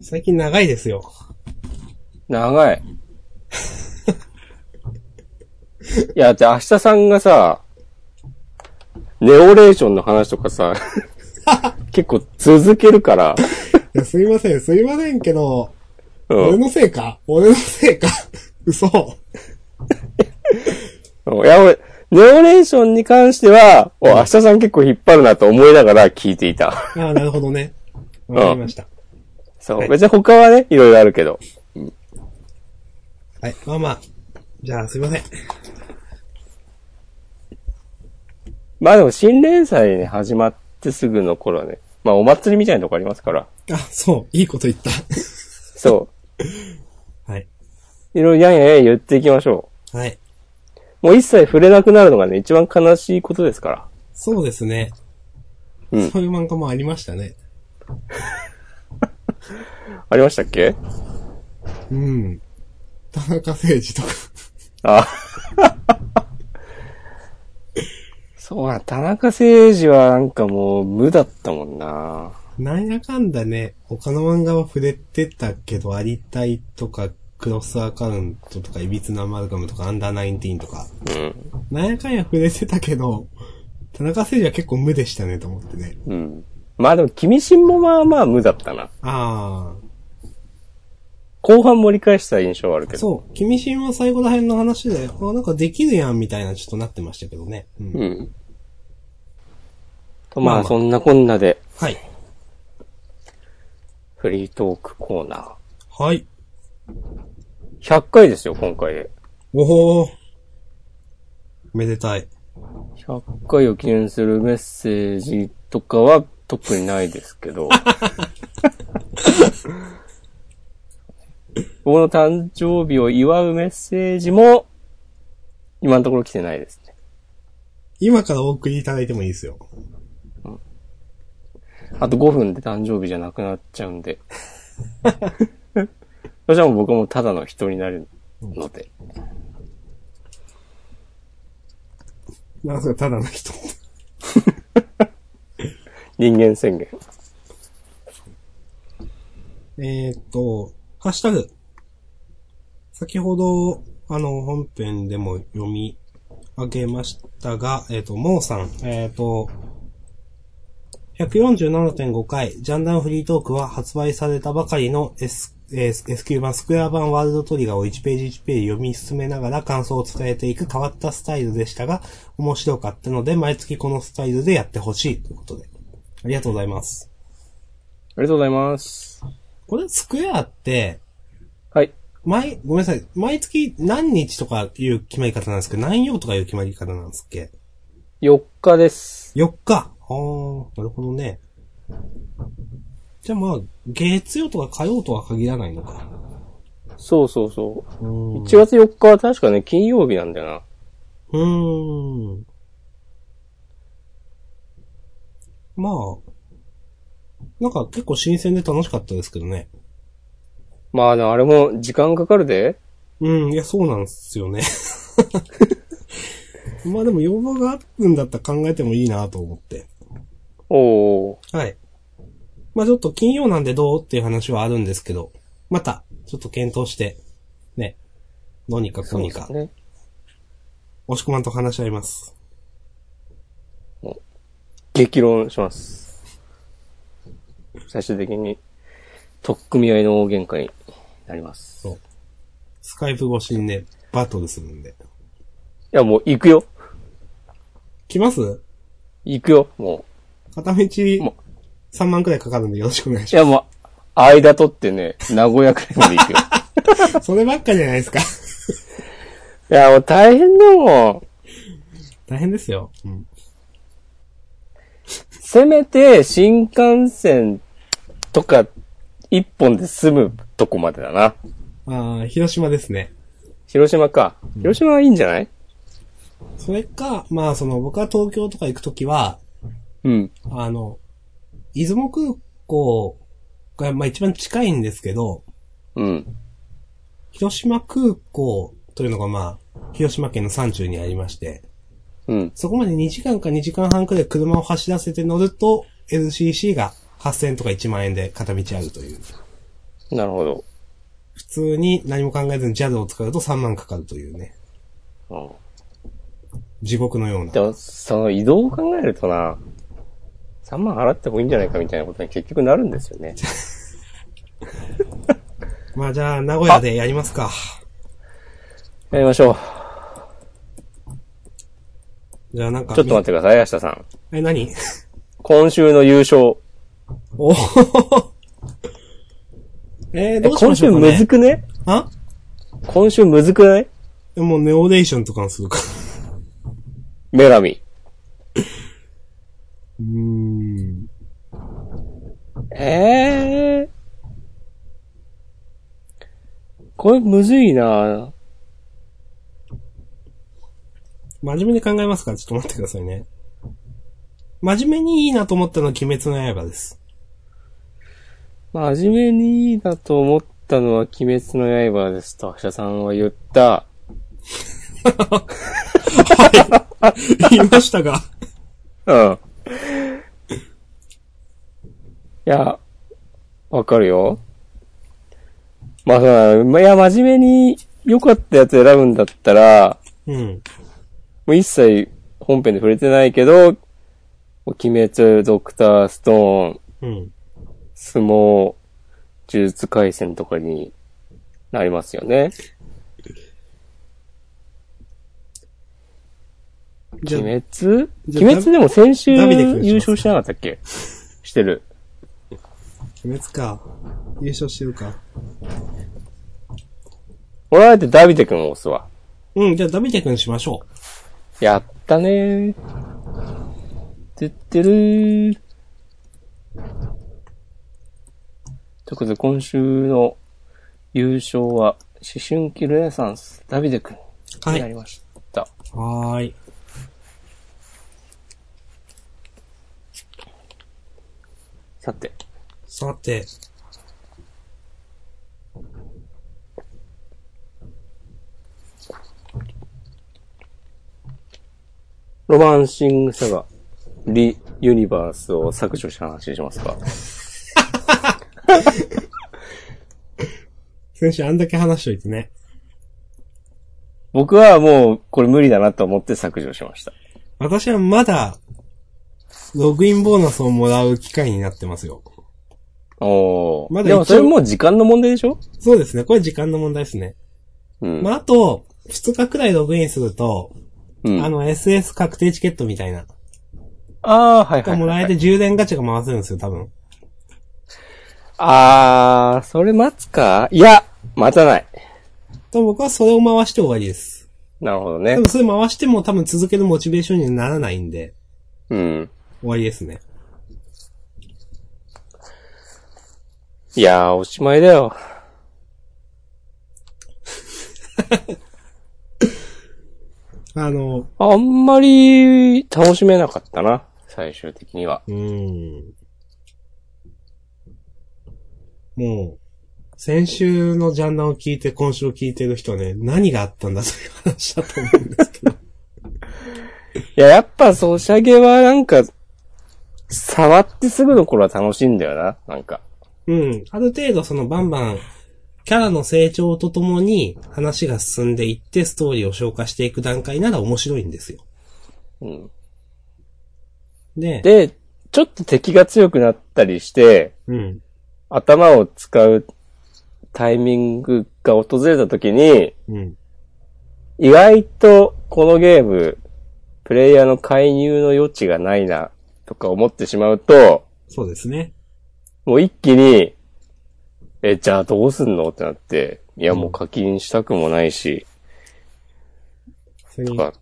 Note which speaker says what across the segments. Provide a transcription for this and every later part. Speaker 1: 最近長いですよ。
Speaker 2: 長い。いや、だって明日さんがさ、ネオレーションの話とかさ、結構続けるから、
Speaker 1: いやすいません、すいませんけど、
Speaker 2: う
Speaker 1: 俺
Speaker 2: ん。
Speaker 1: のせいか俺のせいか 嘘。
Speaker 2: いや、俺、ネオレーションに関しては、お明日さん結構引っ張るなと思いながら聞いていた。
Speaker 1: ああ、なるほどね。わかりました。
Speaker 2: そう。
Speaker 1: はい
Speaker 2: 別に他はね、いろいろあるけど。
Speaker 1: はい、まあまあ。じゃあ、すいません。
Speaker 2: まあでも新連載ね、始まってすぐの頃はね、まあお祭りみたいなとこありますから、
Speaker 1: あ、そう、いいこと言った。
Speaker 2: そ
Speaker 1: はい。
Speaker 2: う。いろいろやんやんやん言っていきましょ
Speaker 1: はい。
Speaker 2: う。もう一切触れなくなるのがね、一番悲しいことですから。
Speaker 1: そうですね。
Speaker 2: うん
Speaker 1: そういう漫画もありましたね。
Speaker 2: ありましたっけ
Speaker 1: うん。田中誠二とか。
Speaker 2: あ そうだ、田中誠二はなんかもう無だったもんな。
Speaker 1: なんやかんだね、他の漫画は触れてたけど、ありたいとか、クロスアカウントとか、いびつなマルカムとか、アンダーナインティーンとか。
Speaker 2: うん。
Speaker 1: なんやかんや触れてたけど、田中誠二は結構無でしたねと思ってね。
Speaker 2: うん。まあでも、君心もまあまあ無だったな。
Speaker 1: あ
Speaker 2: 後半盛り返した印象はあるけ
Speaker 1: あ。
Speaker 2: ど。
Speaker 1: そう、君心は最後ら辺の話で、あなんかできるやんみたいなちょっとなってましたけどね。うん。
Speaker 2: うん。と、
Speaker 1: まあ
Speaker 2: ま
Speaker 1: ま
Speaker 2: あ、
Speaker 1: あ
Speaker 2: そんなこんなで、
Speaker 1: はい。
Speaker 2: フリートークコーナー。
Speaker 1: はい。
Speaker 2: 100回ですよ、今回で。
Speaker 1: おほー。めでたい。
Speaker 2: 100回を記念するメッセージとかは特にないですけど。僕の誕生日を祝うメッセージも、今のところ来てないですね。
Speaker 1: 今からお送りいただいてもいいですよ。
Speaker 2: あと5分で誕生日じゃなくなっちゃうんで。そしたらもう僕もただの人になるので。
Speaker 1: なんすか、ただの人。
Speaker 2: 人間宣言。
Speaker 1: えーっと、ハッシュタグ。先ほど、あの、本編でも読み上げましたが、えーっと、モーさん、えーっと、147.5回、ジャンダンフリートークは発売されたばかりの S、えー S q 版スクエア版ワールドトリガーを1ページ1ページ読み進めながら感想を伝えていく変わったスタイルでしたが、面白かったので、毎月このスタイルでやってほしいということで。ありがとうございます。
Speaker 2: ありがとうございます。
Speaker 1: これ、スクエアって、
Speaker 2: はい。
Speaker 1: 毎、ごめんなさい。毎月何日とかいう決まり方なんですけど、何曜とかいう決まり方なんですっけ
Speaker 2: 4日です。
Speaker 1: ?4 日。あー、なるほどね。じゃあまあ、月曜とか火曜とは限らないのか。
Speaker 2: そうそうそうう。
Speaker 1: ーん。
Speaker 2: 1月4日は確かね、金曜日なんだよな。
Speaker 1: うーん。まあ、なんか結構新鮮で楽しかったですけどね。
Speaker 2: まあね、あれも時間かかるで。
Speaker 1: うん、いや、そうなんですよね。まあでも要望があるんだったら考えてもいいなと思って。
Speaker 2: おー。
Speaker 1: はい。まあちょっと金曜なんでどうっていう話はあるんですけど、また、ちょっと検討して、ね、どうにかこうにか、
Speaker 2: ね。
Speaker 1: 押し込まんと話し合います。
Speaker 2: 激論します。最終的に、取っ組み合いの大喧嘩になります。
Speaker 1: そう。スカイプ越しにね、バトルするんで。
Speaker 2: いや、もう行くよ。
Speaker 1: 来ます
Speaker 2: 行くよ、も
Speaker 1: 片道3
Speaker 2: も。
Speaker 1: 万くらいかかるんでよろしくお願いう
Speaker 2: い
Speaker 1: し
Speaker 2: や、もう、間取ってね、名古屋くらいまで行く よ。
Speaker 1: ます。そればっかじゃないですか。
Speaker 2: いや、もう大変だもん。
Speaker 1: 大変ですよ。うん。
Speaker 2: せめて、新幹線とか、一本で済むとこまでだな。
Speaker 1: あー広島ですね。
Speaker 2: 広島か。広島はいいんじゃない
Speaker 1: それか、まあその、僕は東京とか行くときは、
Speaker 2: うん。
Speaker 1: あの、出雲空港が、まあ一番近いんですけど、
Speaker 2: うん。
Speaker 1: 広島空港というのがまあ、広島県の山中にありまして、
Speaker 2: うん。
Speaker 1: そこまで2時間か2時間半くらい車を走らせて乗ると、LCC が8000とか1万円で片道あるという。
Speaker 2: なるほど。
Speaker 1: 普通に何も考えずに JAL を使うと3万かかるというね。
Speaker 2: うん
Speaker 1: 地獄のような
Speaker 2: で。も、その移動を考えるとな、3万払ってもいいんじゃないかみたいなことに結局なるんですよね。
Speaker 1: まあじゃあ、名古屋でやりますか。
Speaker 2: やりましょう。
Speaker 1: じゃあなんか。
Speaker 2: ちょっと待ってください、明日さん。
Speaker 1: え、何
Speaker 2: 今週の優勝。
Speaker 1: おー えー、
Speaker 2: え、
Speaker 1: どうしま
Speaker 2: 今
Speaker 1: し
Speaker 2: 週
Speaker 1: ょうか、
Speaker 2: む
Speaker 1: ね。
Speaker 2: ずくね
Speaker 1: あ
Speaker 2: 今週むずくない
Speaker 1: でもネオレーションとかにするか。
Speaker 2: メラミ。
Speaker 1: うーん。
Speaker 2: ええこれむずいな
Speaker 1: 真面目に考えますから、ちょっと待ってくださいね。真面目にいいなと思ったのは鬼滅の刃です。
Speaker 2: 真面目にいいなと思ったのは鬼滅の刃ですと、明日さんは言った。
Speaker 1: 言いましたが。
Speaker 2: うん。いや、わかるよ。まあ、そうまあいや、真面目に良かったやつ選ぶんだったら、
Speaker 1: うん。
Speaker 2: もう一切本編で触れてないけど、鬼滅、ドクター、ストーン、
Speaker 1: うん。
Speaker 2: 相撲、呪術回戦とかになりますよね。
Speaker 1: じゃあ、
Speaker 2: 鬼滅
Speaker 1: じゃあ
Speaker 2: 鬼滅でも先週
Speaker 1: ダビデ君にします
Speaker 2: 優勝してなかったっけしてる。
Speaker 1: 鬼滅か。優勝してるか。
Speaker 2: 俺はあえてダビデ君を押すわ。
Speaker 1: うん、じゃあダビデ君にしましょ
Speaker 2: やったねー。てってるー。ということで、今週の優勝は、思春期ルネサンス、ダビデ君
Speaker 1: う。は。
Speaker 2: にないりました。
Speaker 1: はーい。
Speaker 2: さて、
Speaker 1: さて。
Speaker 2: ロマンシングサガ、リ・ユニバースを削除した話しますか。
Speaker 1: 先週あんだけ話しといてね。
Speaker 2: 僕はもう、これ無理だなと思って削除しました。
Speaker 1: 私はまだ、ログインボーナスをもらう機会になってますよ。
Speaker 2: おー。
Speaker 1: まだ
Speaker 2: でも
Speaker 1: 一
Speaker 2: そ
Speaker 1: 応
Speaker 2: れもう時間の問題でしょ
Speaker 1: そうですね。これ時間の問題ですね。
Speaker 2: うん。
Speaker 1: まあ、あと、2日くらいログインすると、
Speaker 2: うん、
Speaker 1: あ
Speaker 2: あ
Speaker 1: の SS 確定チケットみたいな。
Speaker 2: あー、はいはいはい、はい。
Speaker 1: もらえて充電ガチャが回せるんですよ、多分。
Speaker 2: あー、それ待つかいや、待たない。
Speaker 1: と僕はそれを回して終わりです。
Speaker 2: なるほど
Speaker 1: 多
Speaker 2: ね
Speaker 1: 分。それ回しても多分続けるモチベーションにならないんで、
Speaker 2: うん。
Speaker 1: 終わりですね。
Speaker 2: いやー、おしまいだよ。
Speaker 1: あの、
Speaker 2: あんまり、楽しめなかったな。最終的には。
Speaker 1: うーん。もう、先週のジャンダンを聞いて、今週を聞いてる人はね、何があったんだという話だと思うんですけど。
Speaker 2: いや、やっぱ、ソシャゲはなんか、触ってすぐの頃は楽しいんだよな。なんか。
Speaker 1: うん。ある程度そのバンバン、キャラの成長とともに話が進んでいってストーリーを消化していく段階なら面白いんですよ。
Speaker 2: うん。
Speaker 1: で、
Speaker 2: で、ちょっと敵が強くなったりして、
Speaker 1: うん。
Speaker 2: 頭を使うタイミングが訪れた時に、
Speaker 1: うん。
Speaker 2: 意外とこのゲーム、プレイヤーの介入の余地がないな、とか思ってしまうと、
Speaker 1: そうですね。
Speaker 2: もう一気に、え、じゃあどうすんのってなって、いやもう課金したくもないし、
Speaker 1: それ
Speaker 2: と
Speaker 1: に
Speaker 2: か、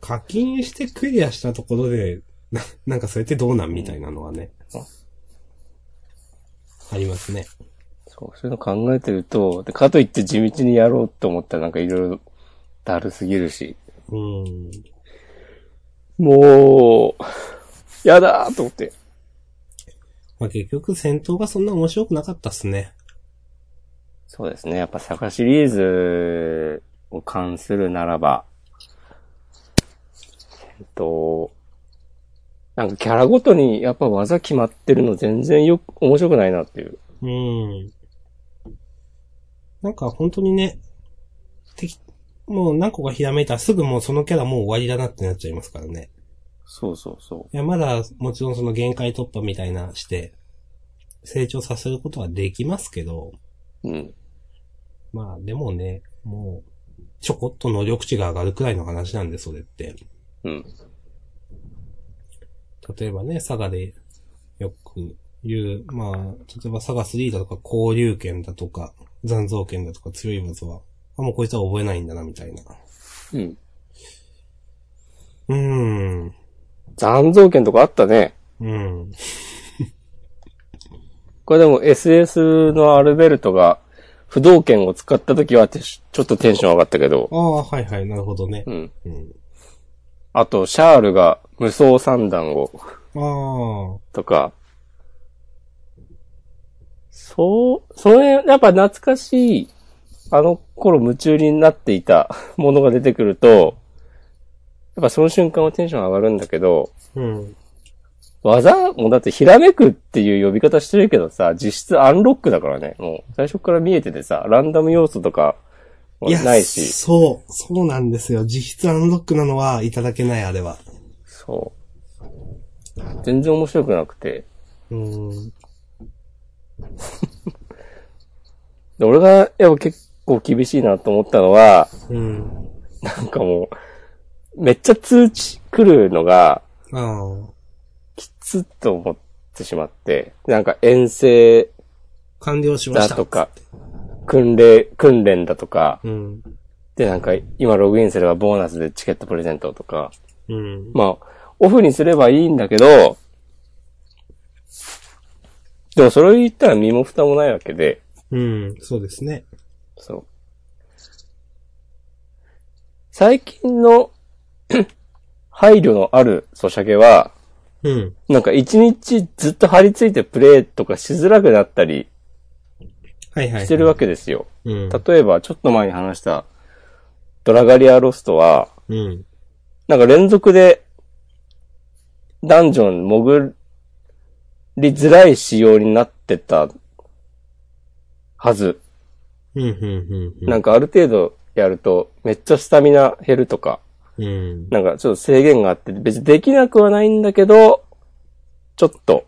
Speaker 1: 課金してクリアしたところで、な、なんかそれってどうなんみたいなのはね
Speaker 2: うん。
Speaker 1: ありますね。
Speaker 2: そう、そういうの考えてると、でかといって地道にやろうと思ったらなんかいろいろだるすぎるし、
Speaker 1: うん。
Speaker 2: もう、やだーと思って。
Speaker 1: まあ、結局戦闘がそんな面白くなかったっすね。
Speaker 2: そうですね。やっぱサガシリーズを関するならば、えっと、なんかキャラごとにやっぱ技決まってるの全然よく、面白くないなっていう。
Speaker 1: うん。なんか本当にね、敵、もう何個かひらめいたらすぐもうそのキャラもう終わりだなってなっちゃいますからね。
Speaker 2: そうそうそ
Speaker 1: いや、まだもちろんその限界突破みたいなして、成長させることはできますけど、
Speaker 2: う。うん。
Speaker 1: まあでもね、もう、ちょこっと能力値が上がるくらいの話なんで、それって。
Speaker 2: うん。
Speaker 1: 例えばね、佐賀でよく言う、まあ、例えば佐賀3だとか、交流圏だとか、残像圏だとか強い技は、あ、もうこいつは覚えないんだな、みたいな。
Speaker 2: うん。
Speaker 1: うーん。
Speaker 2: 残像剣とかあったね。
Speaker 1: うん。
Speaker 2: これでも SS のアルベルトが不動剣を使った時はてしちょっとテンション上がったけど。
Speaker 1: ああ、はいはい、なるほどね
Speaker 2: う。ん。
Speaker 1: うん。
Speaker 2: あと、シャールが無双三段を、
Speaker 1: ああ、
Speaker 2: とか。そう、それ、やっぱ懐かしい、あの頃夢中になっていた ものが出てくると、やっぱその瞬間はテンション上がるんだけど、
Speaker 1: うん。
Speaker 2: 技もうだってひらめくっていう呼び方してるけどさ、実質アンロックだからね。もう最初から見えててさ、ランダム要素とかもないし。
Speaker 1: そう、そうなんですよ。実質アンロックなのはいただけない、あれは。
Speaker 2: そう。全然面白くなくて。
Speaker 1: うーん。
Speaker 2: で、俺がやっぱ結構厳しいなと思ったのは、
Speaker 1: うん。
Speaker 2: なんかもう、めっちゃ通知来るのが、
Speaker 1: ああ、
Speaker 2: きつっと思ってしまって、なんか遠征
Speaker 1: 完了しま
Speaker 2: だ
Speaker 1: した。
Speaker 2: とか、訓練、訓練だとか、
Speaker 1: うん。
Speaker 2: でなんか今ログインすればボーナスでチケットプレゼントとか、
Speaker 1: うん。
Speaker 2: まあ、オフにすればいいんだけど、でもそれを言ったら身も蓋もないわけで、
Speaker 1: うん、そうですね。
Speaker 2: そう。最近の 配慮のあるソシャゲは、
Speaker 1: うん。
Speaker 2: なんか一日ずっと張り付いてプレイとかしづらくなったり
Speaker 1: はいはい、はい。
Speaker 2: してるわけですよ。
Speaker 1: うん。
Speaker 2: 例えば、ちょっと前に話したドラガリアロストは、
Speaker 1: うん。
Speaker 2: なんか連続でダンジョン潜りづらい仕様になってたはず。
Speaker 1: うん、うん、うん。
Speaker 2: なんかある程度やるとめっちゃスタミナ減るとか、
Speaker 1: うん。
Speaker 2: なんかちょっと制限があって、別にできなくはないんだけど、ちょっと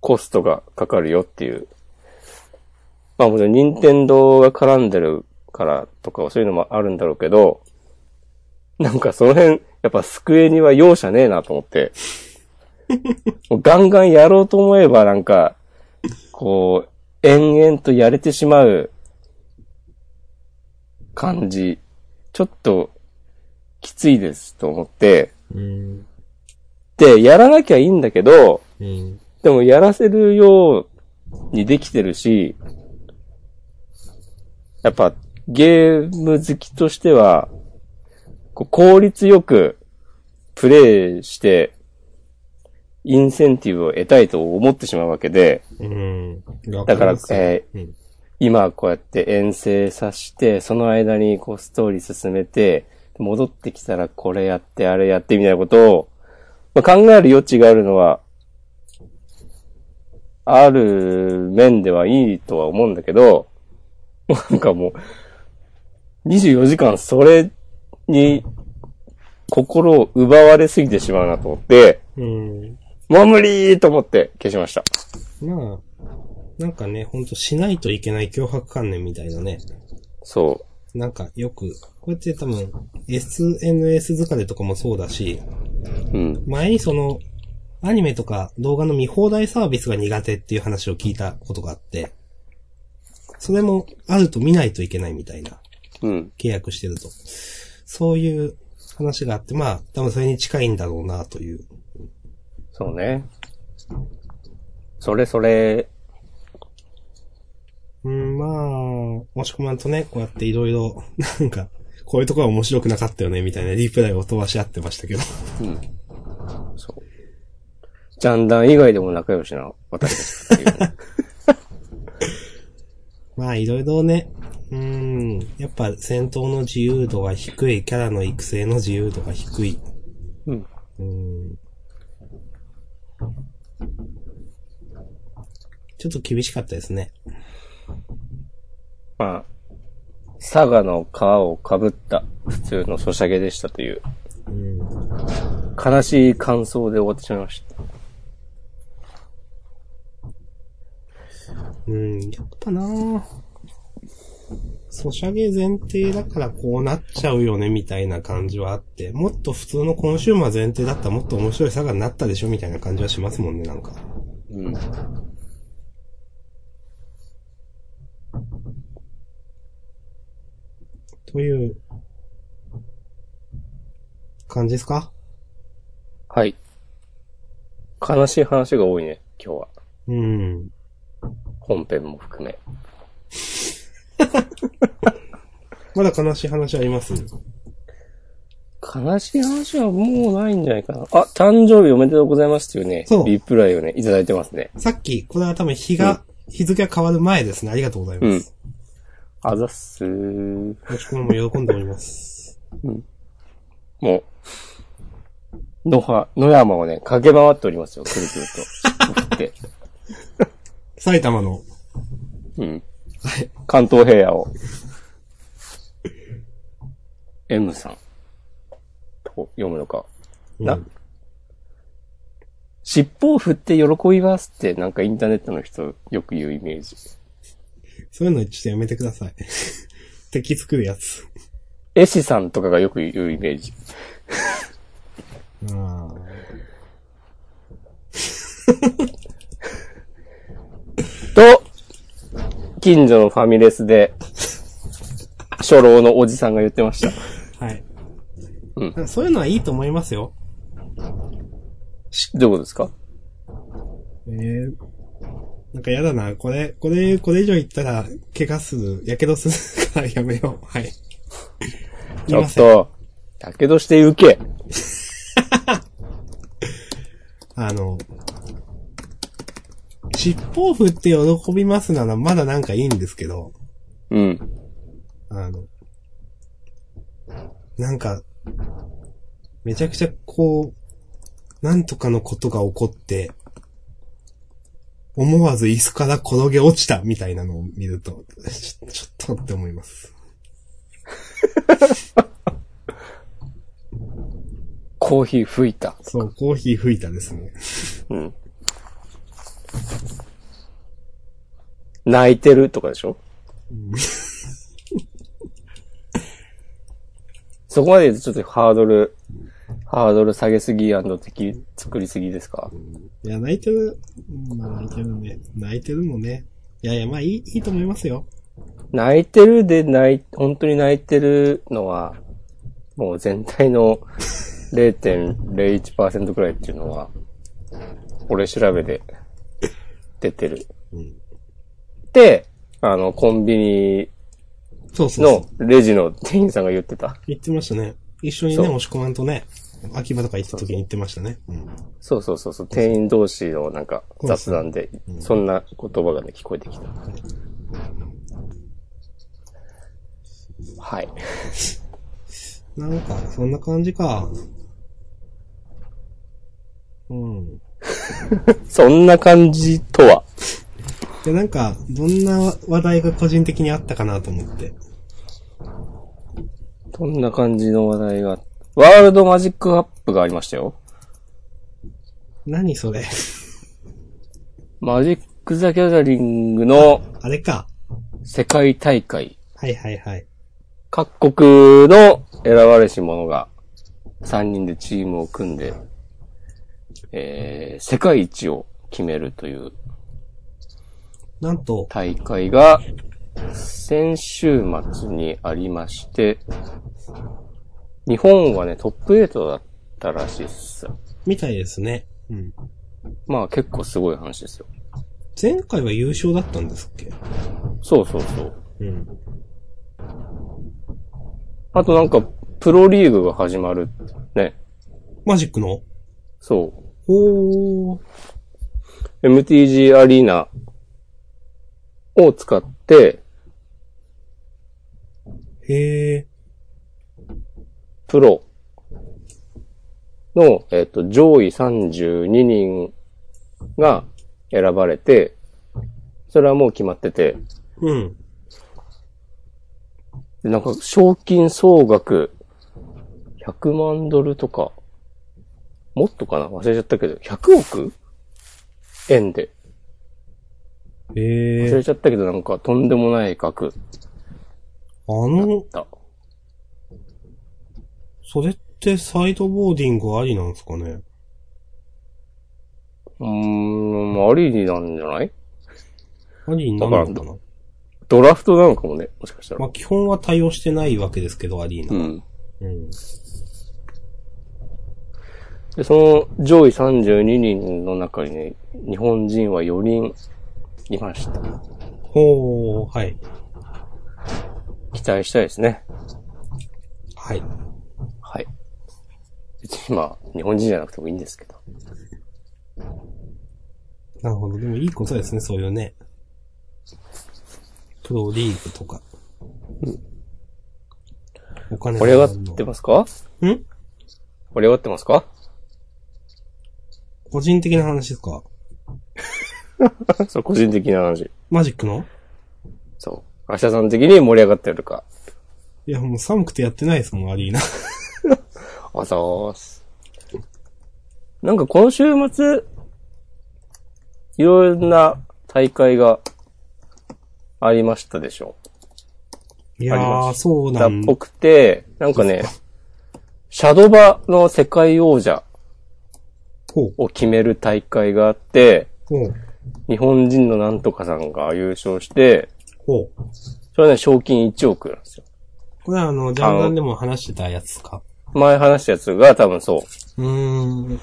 Speaker 2: コストがかかるよっていう。まあもちろん任天堂が絡んでるからとかそういうのもあるんだろうけど、なんかその辺、やっぱ机には容赦ねえなと 思って、もうガンガンやろうと思えばなんか、こう、延々とやれてしまう感じ、ちょっときついですと思って、
Speaker 1: うん。
Speaker 2: で、やらなきゃいいんだけど、
Speaker 1: うん。
Speaker 2: でもやらせるようにできてるし、やっぱゲーム好きとしては、こう効率よくプレイして、インセンティブを得たいと思ってしまうわけで、
Speaker 1: うん。
Speaker 2: だから、
Speaker 1: わりますよ
Speaker 2: えー
Speaker 1: うん
Speaker 2: 今こうやって遠征さして、その間にこうストーリー進めて、戻ってきたらこれやって、あれやってみたいなことを、まあ、考える余地があるのは、ある面ではいいとは思うんだけど、なんかもう、24時間それに心を奪われすぎてしまうなと思って、
Speaker 1: うん。
Speaker 2: もう無理と思って消しました。
Speaker 1: まあ、なんかね、ほんとしないといけない脅迫観念みたいなね。
Speaker 2: そう。
Speaker 1: なんかよく、こうやって多分、SNS 疲れとかもそうだし、
Speaker 2: うん。
Speaker 1: 前にその、アニメとか動画の見放題サービスが苦手っていう話を聞いたことがあって、それもあると見ないといけないみたいな。
Speaker 2: うん。
Speaker 1: 契約してると。そういう話があって、まあ、多分それに近いんだろうな、という。
Speaker 2: そうね。それそれ、
Speaker 1: うん、まあ、もしくはとね、こうやっていろいろ、なんか、こういうところは面白くなかったよね、みたいなリプライを飛ばし合ってましたけど。
Speaker 2: そう。ジャンダン以外でも仲良しな私たちっていう。
Speaker 1: まあ、いろいろね、うん、やっぱ戦闘の自由度が低い、キャラの育成の自由度が低い。
Speaker 2: うん。
Speaker 1: うん。ちょっと厳しかったですね。
Speaker 2: ままあ、佐賀の皮をかぶった普通のソシャゲでしたという、
Speaker 1: うん。
Speaker 2: 悲しい感想で終わってしまいました。
Speaker 1: うん、やっぱなぁ。ソシャゲ前提だからこうなっちゃうよねみたいな感じはあって、もっと普通のコンシューマー前提だったらもっと面白いサガになったでしょみたいな感じはしますもんね、なんか。
Speaker 2: うん。
Speaker 1: という、感じですか
Speaker 2: はい。悲しい話が多いね、今日は。
Speaker 1: うん。
Speaker 2: 本編も含め。
Speaker 1: まだ悲しい話あります
Speaker 2: 悲しい話はもうないんじゃないかな。あ、誕生日おめでとうございますっていうね、
Speaker 1: そう
Speaker 2: リプライをね、いただいてますね。
Speaker 1: さっき、これは多分日が、日付が変わる前ですね。ありがとうございます。
Speaker 2: あざっすー。
Speaker 1: もしくも喜んでおります。
Speaker 2: もう、野葉、野山をね、駆け回っておりますよ、くるく ると。送って。
Speaker 1: 埼玉の、
Speaker 2: うん。関東平野を。M さん。と読むのか。
Speaker 1: うん
Speaker 2: な尻尾を振って喜びますって、なんかインターネットの人よく言うイメージ。
Speaker 1: そういうのちょっとやめてください。 敵作るやつ。
Speaker 2: 絵師さんとかがよく言うイメージ。
Speaker 1: ああ。
Speaker 2: と、近所のファミレスで、初老のおじさんが言ってました。
Speaker 1: はい。
Speaker 2: う
Speaker 1: そういうのはいいと思いますよ。
Speaker 2: どういうことですか
Speaker 1: ええなんかやだな。これ、これ、これ以上言ったら、怪我する、やけどするからやめよう。はい。
Speaker 2: ちょっ
Speaker 1: 言いません。
Speaker 2: と、やけどして受け。
Speaker 1: あの、尻尾を振って喜びますなら、まだなんかいいんですけど、
Speaker 2: うん。
Speaker 1: あの、なんか、めちゃくちゃこう、なんとかのことが起こって、思わず椅子から転げ落ちたみたいなのを見ると、ちょちょっとって思います。
Speaker 2: コーヒー吹いた。
Speaker 1: そう、コーヒー吹いたですね。
Speaker 2: うん。泣いてるとかでしょそこまで言うとちょっとハードル、ハードル下げすぎ敵作りすぎですか
Speaker 1: いや、泣いてる、うんまあ泣いてるね。泣いてるもね。いやいや、まあいい、いいと思いますよ。
Speaker 2: 泣いてるで泣い、本当に泣いてるのは、もう全体の0.01%くらいっていうのは、俺調べで出てる。
Speaker 1: うん
Speaker 2: で、あの、コンビニ
Speaker 1: そうそうそう
Speaker 2: の。レジの店員さんが言ってた。
Speaker 1: 言ってましたね。一緒にね、
Speaker 2: そう
Speaker 1: 押し込まんとね、秋葉とか行った時に言ってましたね。うん。
Speaker 2: そうそうそうそう、店員同士のなんか雑談で、そんな言葉がね、聞こえてきた。はい。
Speaker 1: なんか、そんな感じか。うん。
Speaker 2: そんな感じとは。
Speaker 1: で、なんか、どんな話題が個人的にあったかなと思って。
Speaker 2: どんな感じの話題が。ワールドマジックアップがありましたよ。
Speaker 1: 何それ
Speaker 2: マジック・ザ・ギャザリングの
Speaker 1: あれか。
Speaker 2: 世界大会。
Speaker 1: はいはいはい。
Speaker 2: 各国の選ばれし者が3人でチームを組んで、えー、世界一を決めるという
Speaker 1: なんと、
Speaker 2: 大会が先週末にありまして、日本はね、トップ8だったらしいっす。
Speaker 1: みたいですね。うん。
Speaker 2: まあ結構すごい話ですよ。
Speaker 1: 前回は優勝だったんですっけ
Speaker 2: そうそうそう。
Speaker 1: うん。
Speaker 2: あとなんか、プロリーグが始まる。ね。
Speaker 1: マジックの
Speaker 2: そ
Speaker 1: おー。
Speaker 2: う。MTG アリーナを使って、
Speaker 1: へー。
Speaker 2: プロの、えっと、上位32人が選ばれて、それはもう決まってて、
Speaker 1: うん。
Speaker 2: で、なんか、賞金総額、100万ドルとか、もっとかな忘れちゃったけど、100億円で。
Speaker 1: え
Speaker 2: 忘
Speaker 1: え
Speaker 2: れちゃったけど、なんか、とんでもない額
Speaker 1: あ
Speaker 2: だ
Speaker 1: の
Speaker 2: っ、た。
Speaker 1: それってサイドボーディングありなんですかね
Speaker 2: うーん、ありなんじゃない
Speaker 1: ありになるのかな
Speaker 2: ドラフトなのかもね、もしかした
Speaker 1: ま
Speaker 2: ら
Speaker 1: あ、。基本は対応してないわけですけど、アリー
Speaker 2: う
Speaker 1: ナ。
Speaker 2: ん。
Speaker 1: うん。
Speaker 2: で、その上位32人の中にね、日本人は4人いました。
Speaker 1: ほー、はい。
Speaker 2: 期待したいですね。
Speaker 1: はい。
Speaker 2: はい。別にまあ、日本人じゃなくてもいいんですけど。
Speaker 1: なるほど。でもいいことですね、そういうね。プロリーグとか。お金
Speaker 2: 盛り上が
Speaker 1: るの
Speaker 2: ってますか
Speaker 1: ん
Speaker 2: 盛り上がってますか
Speaker 1: 個人的な話ですか
Speaker 2: そう、個人的な話。
Speaker 1: マジックの
Speaker 2: そう。明日さん的に盛り上がってるか。
Speaker 1: いや、もう寒くてやってないですもん、アリー ナ。
Speaker 2: あざーす。なんかこの週末、いろんな大会がありましたでしょ。
Speaker 1: い
Speaker 2: あり
Speaker 1: や
Speaker 2: ま
Speaker 1: ー、そう
Speaker 2: だ
Speaker 1: な
Speaker 2: っ
Speaker 1: ん
Speaker 2: ぽくて、なんかね、シャドバの世界王者
Speaker 1: ほう。
Speaker 2: を決める大会があって、
Speaker 1: ほう。
Speaker 2: 日本人のなんとかさんが優勝して、
Speaker 1: ほう。
Speaker 2: それはね、賞金1億なんですよ。
Speaker 1: これはあの、ジャンダンでも話してたやつか。
Speaker 2: 前話したやつが多分そう、
Speaker 1: うーん。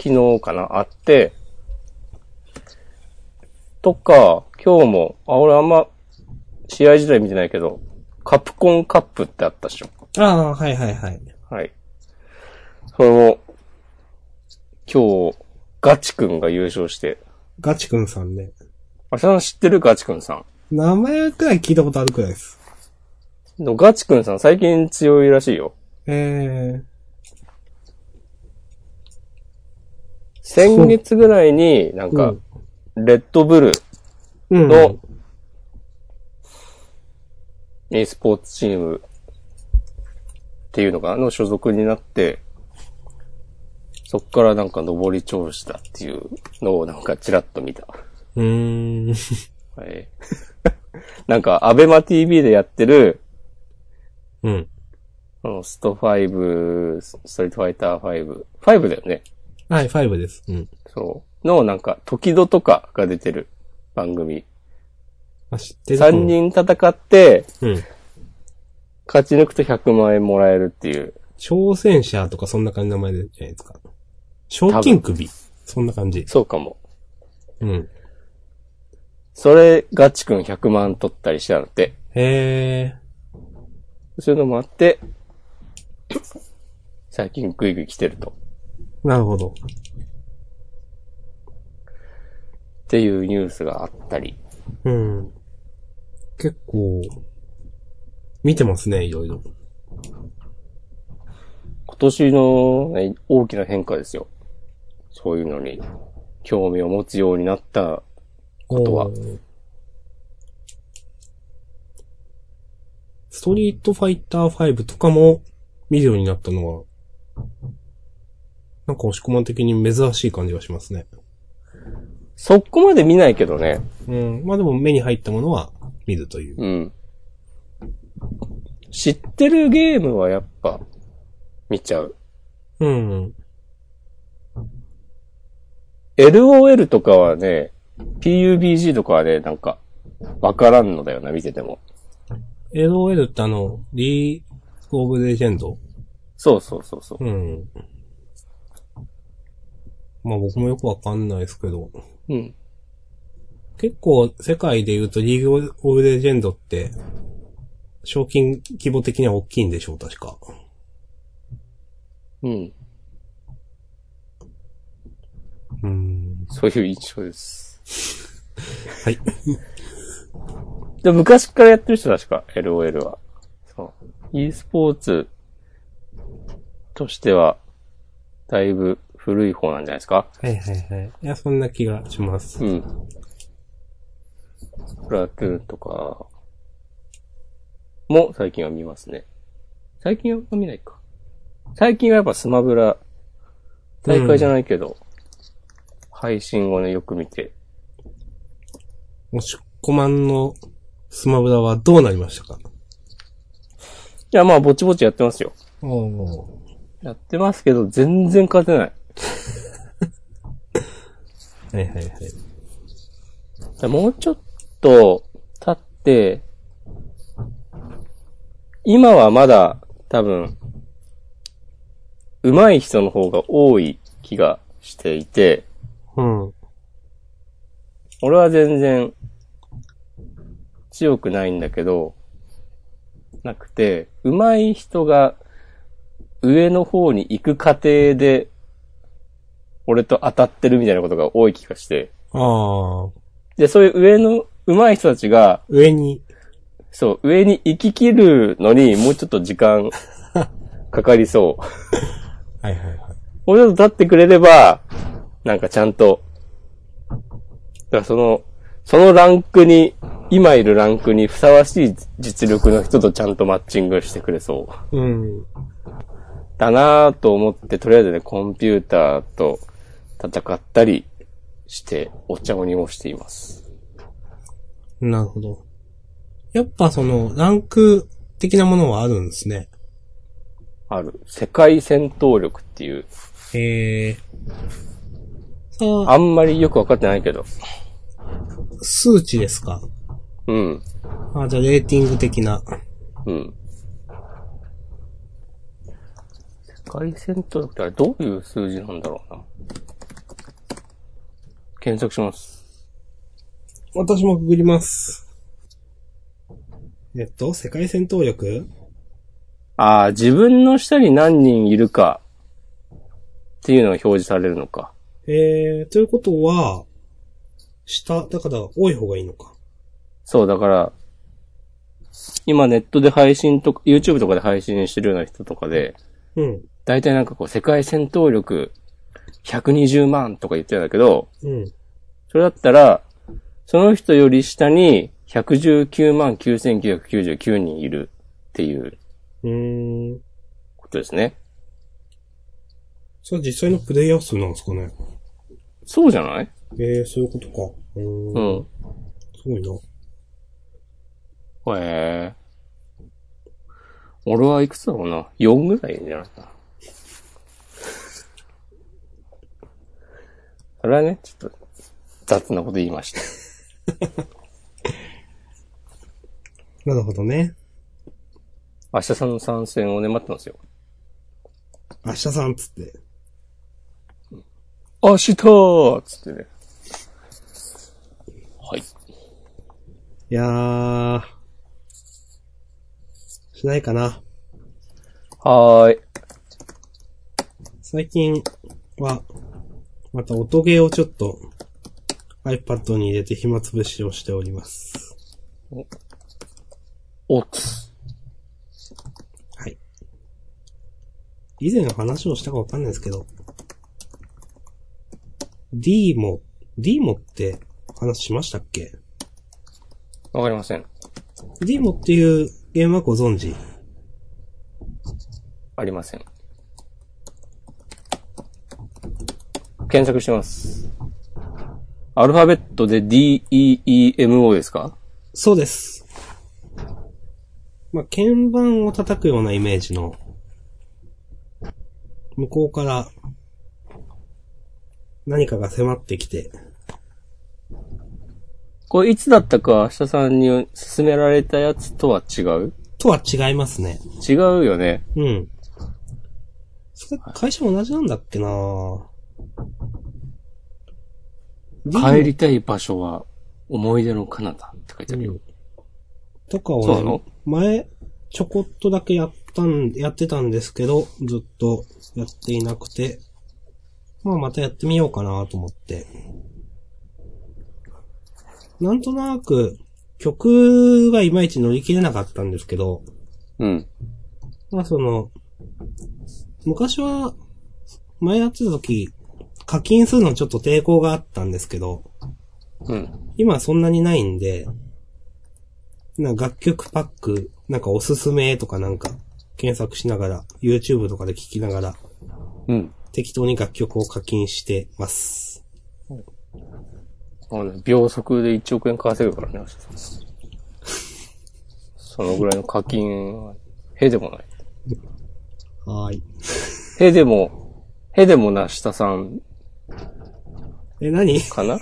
Speaker 2: 昨日かな、あって、とか、今日も、あ、俺あんま、試合自体見てないけど、カプコンカップってあったでしょ。
Speaker 1: あー、はいはいはい。
Speaker 2: はい。それも、今日、ガチくんが優勝して、
Speaker 1: ガチくんさんね。
Speaker 2: あさん知ってるガチくんさん。
Speaker 1: 名前くらい聞いたことあるくらいです。
Speaker 2: のガチくんさん最近強いらしいよ。
Speaker 1: えー。
Speaker 2: 先月ぐらいに、なん
Speaker 1: う
Speaker 2: か
Speaker 1: ん、
Speaker 2: レッドブル
Speaker 1: うん。
Speaker 2: の、e スポーツチームっていうのかなの所属になって、そっからなんか上り調子だっていうのをなんかチラッと見た。
Speaker 1: うーん。
Speaker 2: はい。 なんか、アベマ TV でやってる、
Speaker 1: うん。
Speaker 2: あのスト5、ストリートファイター5、5だよね。
Speaker 1: はい、5です。うん。
Speaker 2: そう。の、なんか、時戸とかが出てる番組。
Speaker 1: あ、知ってる。
Speaker 2: 3人戦って、
Speaker 1: うん。
Speaker 2: 勝ち抜くと100万円もらえるっていう。
Speaker 1: 挑戦者とかそんな感じの名前じゃないですか。賞金首。そんな感じ。
Speaker 2: そうかも。
Speaker 1: うん。
Speaker 2: それ、ガチくん100万取ったりしたのって。
Speaker 1: へえ。
Speaker 2: そういうのもあって、最近グイグイ来てると。
Speaker 1: なるほど。
Speaker 2: っていうニュースがあったり。
Speaker 1: うん。結構、見てますね、いろいろ。
Speaker 2: 今年の、ね、大きな変化ですよ。そういうのに興味を持つようになった。とは
Speaker 1: おーストリートファイター5とかも見るようになったのは、なんか押し込まん的に珍しい感じがしますね。
Speaker 2: そこまで見ないけどね。
Speaker 1: うん。まあでも目に入ったものは見るという。
Speaker 2: うん。知ってるゲームはやっぱ見ちゃう。
Speaker 1: うん。
Speaker 2: LOL とかはね、PUBG とかはね、なんか、わからんのだよな、見てても。
Speaker 1: LOL ってあの、リーグオブレジェンド
Speaker 2: そうそうそうそう。
Speaker 1: うん。まあ僕もよくわかんないですけど。
Speaker 2: うん。
Speaker 1: 結構世界で言うとリーグオブレジェンドって、賞金規模的には大きいんでしょう、確か。
Speaker 2: うん。
Speaker 1: うん。
Speaker 2: そういう印象です。
Speaker 1: はい。
Speaker 2: でも昔からやってる人確か、LOL は。そう。e スポーツとしては、だいぶ古い方なんじゃないですか
Speaker 1: はいはいはい。いや、そんな気がします。
Speaker 2: うん。プラトゥーンとか、も最近は見ますね。最近は見ないか。最近はやっぱスマブラ、大会じゃないけど、配信後ね、よく見て。
Speaker 1: もし、コマンのスマブラはどうなりましたか
Speaker 2: いや、まあ、ぼちぼちやってますよ。
Speaker 1: おお。
Speaker 2: やってますけど、全然勝てない。
Speaker 1: はいはいはい。
Speaker 2: でもうちょっと経って、今はまだ多分、上手い人の方が多い気がしていて、
Speaker 1: うん。
Speaker 2: 俺は全然強くないんだけど、なくて、上手い人が上の方に行く過程で、俺と当たってるみたいなことが多い気がして、
Speaker 1: ああ。
Speaker 2: で、そういう上の上手い人たちが、
Speaker 1: 上に、
Speaker 2: そう、上に行き切るのに、もうちょっと時間かかりそう。
Speaker 1: はいはいはい。
Speaker 2: もうちょっと経ってくれれば、なんかちゃんと、だからその、そのランクに、今いるランクにふさわしい実力の人とちゃんとマッチングしてくれそう。
Speaker 1: うん。
Speaker 2: だなぁと思って、とりあえずね、コンピューターと戦ったりして、お茶を濁しています。
Speaker 1: なるほど。やっぱその、ランク的なものはあるんですね。
Speaker 2: ある。世界戦闘力っていう、
Speaker 1: ええさあ、
Speaker 2: あんまりよくわかってないけど。
Speaker 1: 数値ですか
Speaker 2: うん。
Speaker 1: あ、じゃあ、レーティング的な。
Speaker 2: うん。世界戦闘力ってあれどういう数字なんだろうな。検索します。
Speaker 1: 私もググります。えっと、世界戦闘力
Speaker 2: ああ、自分の下に何人いるかっていうのが表示されるのか。
Speaker 1: えー、ということは、下、だから多い方がいいのか。
Speaker 2: そう、だから、今ネットで配信とか、YouTube とかで配信してるような人とかで、
Speaker 1: うん。
Speaker 2: だいたいなんかこう、世界戦闘力120万とか言ってるんだけど、
Speaker 1: うん。
Speaker 2: それだったら、その人より下に119万9999人いるっていう
Speaker 1: うーん。
Speaker 2: ことですね。
Speaker 1: それは実際のプレイヤー数なんですかね。
Speaker 2: そうじゃない
Speaker 1: えー、そういうことか。うー。
Speaker 2: うんん。
Speaker 1: すごいな。
Speaker 2: へえ。俺はいくつだろうな ?4 ぐらいじゃないかな。 それはね、ちょっと雑なこと言いました。
Speaker 1: なるほどね。
Speaker 2: 明日さんの参戦をね、待ってますよ。
Speaker 1: 明日さんっつって。
Speaker 2: 明日ーつってね。はい。
Speaker 1: いやー。しないかな。
Speaker 2: はーい。
Speaker 1: 最近は、また音ゲーをちょっと iPad に入れて暇つぶしをしております。
Speaker 2: おつ。
Speaker 1: はい。以前の話をしたかわかんないですけど、D も、D もって話しましたっけ
Speaker 2: わかりません。
Speaker 1: ?D もっていうゲームはご存知
Speaker 2: ありません。検索してます。アルファベットで DEEMO ですか
Speaker 1: そうです。まあ、鍵盤を叩くようなイメージの、向こうから、何かが迫ってきて、
Speaker 2: これいつだったか明日さんに勧められたやつとは違う
Speaker 1: とは違いますね。
Speaker 2: 違うよね。
Speaker 1: うん。それ、会社同じなんだっけな
Speaker 2: 帰
Speaker 1: り
Speaker 2: りたい場所は思い出のカナダって書いてあるよ。
Speaker 1: とか
Speaker 2: そうな
Speaker 1: をね
Speaker 2: の、
Speaker 1: 前、ちょこっとだけやったん、やってたんですけど、ずっとやっていなくて、まあまたやってみようかなと思って。なんとなく、曲がいまいち乗り切れなかったんですけど、
Speaker 2: うん。
Speaker 1: まあその、昔は、前やってた時、課金するのちょっと抵抗があったんですけど、
Speaker 2: うん。
Speaker 1: 今そんなにないんで、なんか楽曲パック、なんかおすすめとかなんか、検索しながら、YouTube とかで聞きながら、
Speaker 2: うん。
Speaker 1: 適当に楽曲を課金してます。
Speaker 2: あのね秒速で1億円稼ぐからね、そのぐらいの課金は、へでもない。
Speaker 1: はい。
Speaker 2: へでも、へでもなしたさん
Speaker 1: え、何
Speaker 2: かな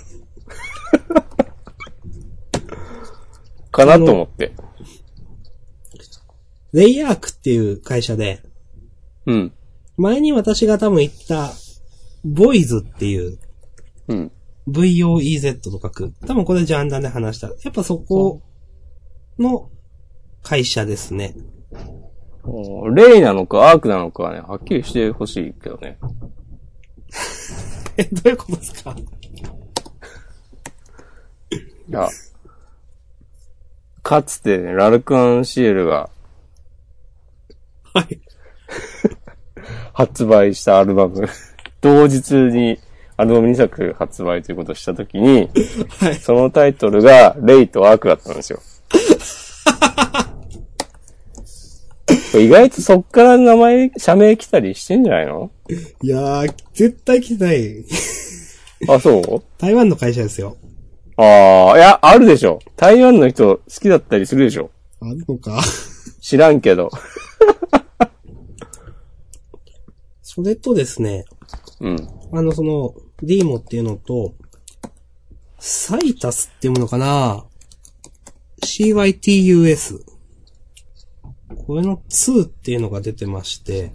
Speaker 2: かなと思って。
Speaker 1: レイヤークっていう会社で、
Speaker 2: うん。
Speaker 1: 前に私が多分言った、ボイズっていう、
Speaker 2: うん。
Speaker 1: VOEZ と書く。多分これジャンダンで話した。やっぱそこの会社ですね。
Speaker 2: おーレイなのかアークなのかはね、はっきりしてほしいけどね。
Speaker 1: え、どういうことですか
Speaker 2: いや、かつてね、ラルクアンシエルが
Speaker 1: はい。
Speaker 2: 発売したアルバム、 同日にアルバム2作発売ということをしたときに、
Speaker 1: はい。
Speaker 2: そのタイトルが、レイとアークだったんですよ。これ意外とそっから名前、社名来たりしてんじゃないの
Speaker 1: いやー、絶対来てない。
Speaker 2: あ、そう
Speaker 1: 台湾の会社ですよ。
Speaker 2: ああ、いや、あるでしょ。台湾の人好きだったりするでしょ。
Speaker 1: あるのか。
Speaker 2: 知らんけど。
Speaker 1: それとですね、
Speaker 2: うん。
Speaker 1: あの、その、ディーモっていうのと、サイタスっていうものかな ?CYTUS。これの2っていうのが出てまして、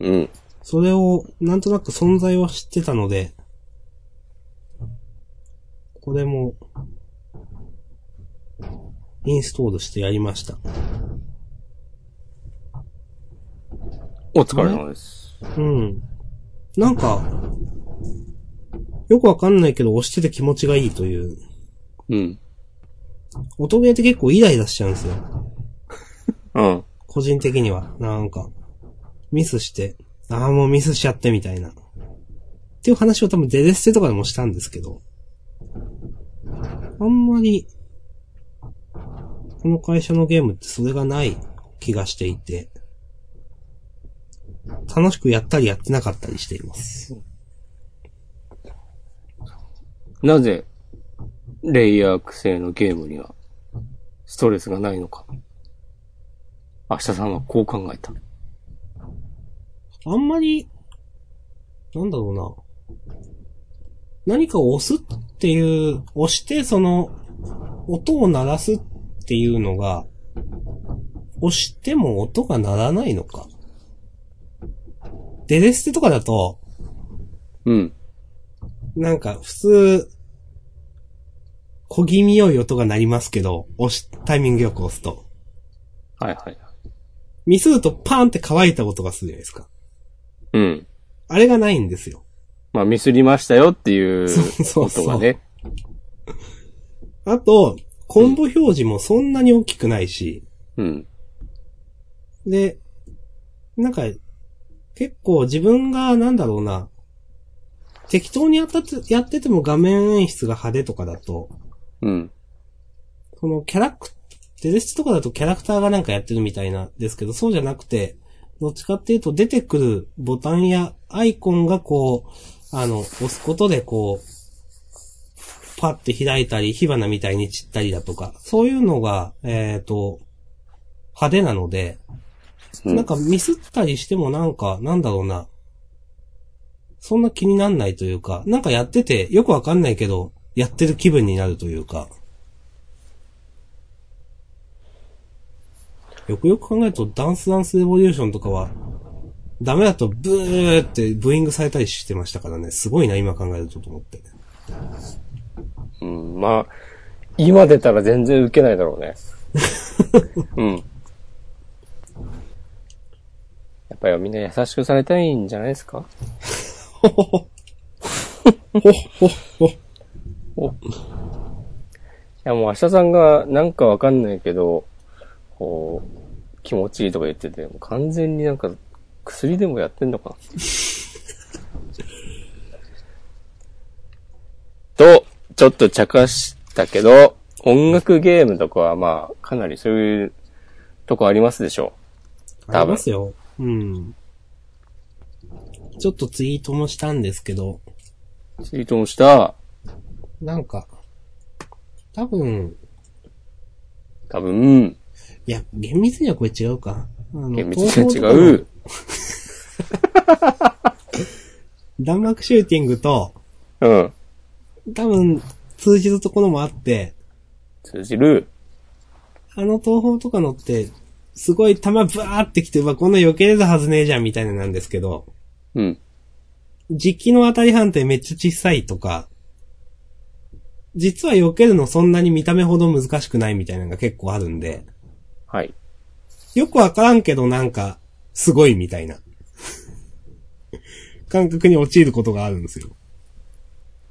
Speaker 2: うん。
Speaker 1: それを、なんとなく存在は知ってたので、これも、インストールしてやりました。
Speaker 2: お疲れ様です。
Speaker 1: うん。なんか、よくわかんないけど押してて気持ちがいいという。
Speaker 2: うん。
Speaker 1: 音ゲーって結構イライラしちゃうんですよ。
Speaker 2: うん。
Speaker 1: 個人的には。なんか、ミスして、ああ、もうミスしちゃってみたいな。っていう話を多分デデステとかでもしたんですけど。あんまり、この会社のゲームってそれがない気がしていて、楽しくやったりやってなかったりしています。
Speaker 2: なぜ、レイヤーク製のゲームには、ストレスがないのか。明日さんはこう考えた。
Speaker 1: あんまり、なんだろうな。何かを押すっていう、押してその、音を鳴らすっていうのが、押しても音が鳴らないのか。デデステとかだと、
Speaker 2: うん。
Speaker 1: なんか普通、小気味良い音が鳴りますけど、押し、タイミングよく押すと。
Speaker 2: はいはいはい。
Speaker 1: ミスるとパーンって乾いた音がするじゃないですか。
Speaker 2: うん。
Speaker 1: あれがないんですよ。
Speaker 2: まあ、ミスりましたよっていう
Speaker 1: そうそうそう
Speaker 2: ことがね。
Speaker 1: あと、コンボ表示もそんなに大きくないし、
Speaker 2: うん。
Speaker 1: で、なんか、結構自分が、なんだろうな、適当にやったつやってても画面演出が派手とかだと、
Speaker 2: うん。
Speaker 1: このキャラク、デレスとかだとキャラクターがなんかやってるみたいなんですけど、そうじゃなくて、どっちかっていうと出てくるボタンやアイコンがこう、あの、押すことでこう、パッて開いたり、火花みたいに散ったりだとか、そういうのが、えっ、と、派手なので、
Speaker 2: うん
Speaker 1: なんかミスったりしてもなんか、なんだろうな。そんな気になんないというか、なんかやっててよくわかんないけど、やってる気分になるというか。よくよく考えると、ダンスダンスレボリューションとかは、ダメだとブーってブーイングされたりしてましたからね。すごいな、今考えるとと思って。
Speaker 2: うん、まあ、今出たら全然受けないだろうね。うん。やっぱりみんな優しくされたいんじゃないですかおいやもう明日さんがなんかわかんないけど、こう、気持ちいいとか言ってて、もう完全になんか薬でもやってんのかな。と、ちょっと茶化したけど、音楽ゲームとかはまあ、かなりそういうとこありますでしょ
Speaker 1: ありますよ。うん。ちょっとツイートもしたんですけど、
Speaker 2: う。ツイートもした、
Speaker 1: なんか、多分、
Speaker 2: 多分、
Speaker 1: いや、厳密にはこれ違うか。あの
Speaker 2: 厳密には
Speaker 1: 東
Speaker 2: 違
Speaker 1: 宝とか
Speaker 2: う
Speaker 1: の。弾幕シューティングと、
Speaker 2: うん。
Speaker 1: 多分、通じるところもあって、
Speaker 2: 通じる。
Speaker 1: あの東宝とかのって、すごい弾バーってきて、うわ、こんな避けれるはずねえじゃんみたいなのなんですけど、
Speaker 2: うん。
Speaker 1: 実機の当たり判定めっちゃ小さいとか、実は避けるのそんなに見た目ほど難しくないみたいなのが結構あるんで、
Speaker 2: はい。
Speaker 1: よくわからんけどなんか、すごいみたいな、 感覚に陥ることがあるんですよ。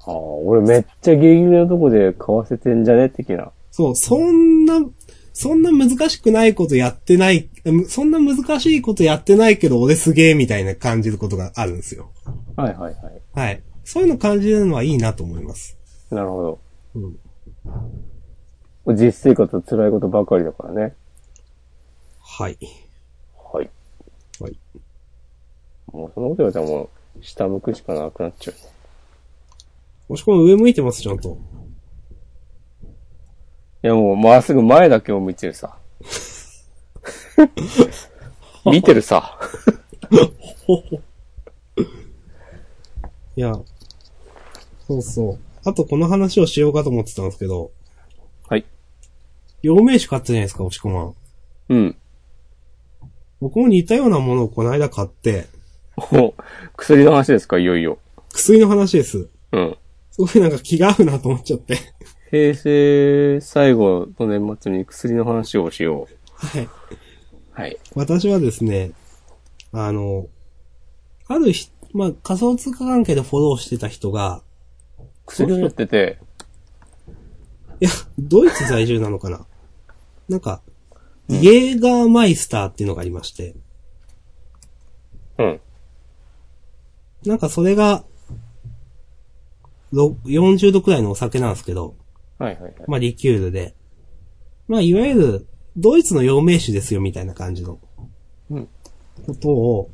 Speaker 2: ああ、俺めっちゃギリギリのとこで買わせてんじゃね的な。
Speaker 1: そう、そんな、そんな難しくないことやってない、むそんな難しいことやってないけど俺すげえみたいな感じることがあるんですよ。
Speaker 2: はいはいはい。
Speaker 1: はい。そういうの感じるのはいいなと思います。
Speaker 2: なるほ
Speaker 1: うん。
Speaker 2: ど。実生活は辛いことばかりだからね。
Speaker 1: はい。
Speaker 2: はい。
Speaker 1: はい。
Speaker 2: もうそのこと言われたらもう、下向くしかなくなっちゃう。
Speaker 1: もしこの上向いてます、ちゃんと。
Speaker 2: いやもう、まっすぐ前だけを見てるさ。 見てるさ。
Speaker 1: いや。そうそう。あとこの話をしようかと思ってたんですけど、
Speaker 2: はい。
Speaker 1: 陽明酒買ったじゃないですか、押し込まん。
Speaker 2: うん。
Speaker 1: 僕も似たようなものをこの間買って、
Speaker 2: お薬の話ですか、いよいよ。
Speaker 1: 薬の話です。
Speaker 2: うん。
Speaker 1: すごいなんか気が合うなと思っちゃって。
Speaker 2: 平成最後の年末に薬の話をしよう。
Speaker 1: はい。
Speaker 2: はい。
Speaker 1: 私はですね、あの、あるひ、まあ、仮想通貨関係でフォローしてた人が、
Speaker 2: 薬をやってて、
Speaker 1: いや、ドイツ在住なのかななんか、イエーガーマイスターっていうのがありまして、
Speaker 2: うん。
Speaker 1: なんかそれが、ろ40度くらいのお酒なんですけど、
Speaker 2: はいはいはい。
Speaker 1: まあリキュールで。まあいわゆる、ドイツの陽明酒ですよみたいな感じの。
Speaker 2: うん
Speaker 1: ことを、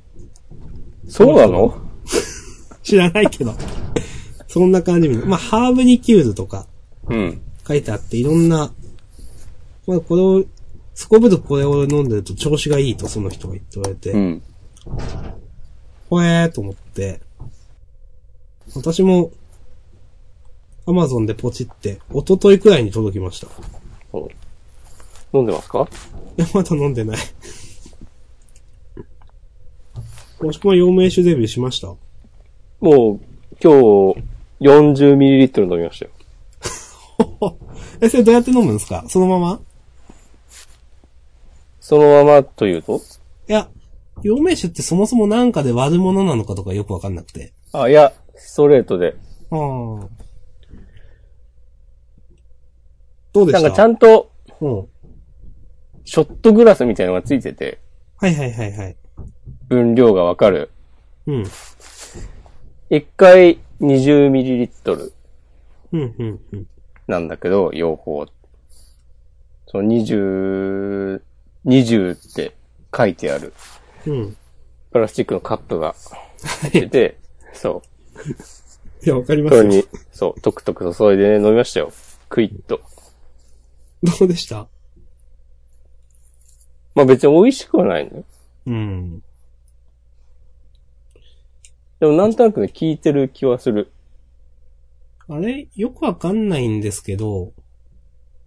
Speaker 2: そうなの
Speaker 1: 知らないけど。そんな感じみたいまあハーブリキュールとか
Speaker 2: うん。
Speaker 1: 書いてあって、いろんな、まあこれを、すこぶとこれを飲んでると調子がいいとその人が言っておられて、
Speaker 2: うん。
Speaker 1: ほえーと思って、私も、アマゾンでポチって、一昨日くらいに届きました。い
Speaker 2: お飲んでますか
Speaker 1: や、まだ飲んでない。 もしくは陽明酒デビューしました。
Speaker 2: もう、今日、40ml 飲みましたよ。
Speaker 1: え、それどうやって飲むんですかそのまま
Speaker 2: そのままというと
Speaker 1: いや、陽明酒ってそもそもなんかで割るものなのかとかよくわかんなくて。
Speaker 2: あ、いや、ストレートで。
Speaker 1: ああ。どうで
Speaker 2: な
Speaker 1: し
Speaker 2: ん
Speaker 1: た
Speaker 2: かちゃんと、
Speaker 1: うん。
Speaker 2: ショットグラスみたいなのがついてて、
Speaker 1: はいはいはいはい。
Speaker 2: 分量がわかる。
Speaker 1: うん。
Speaker 2: 一回 20ml
Speaker 1: うん、うん、うん。
Speaker 2: なんだけど、用法。その20、20って書いてある。
Speaker 1: うん。
Speaker 2: プラスチックのカップが出て、そ う。
Speaker 1: いや、わかりま
Speaker 2: そ
Speaker 1: す
Speaker 2: れ
Speaker 1: よ
Speaker 2: に。、そう、トクトク注いでね、飲みましたよ。クイッと。
Speaker 1: どうでした
Speaker 2: まあ別に美味しくはないのよ。
Speaker 1: うん。
Speaker 2: でもなんとなくね、効いてる気はする。
Speaker 1: あれ、よくわかんないんですけど、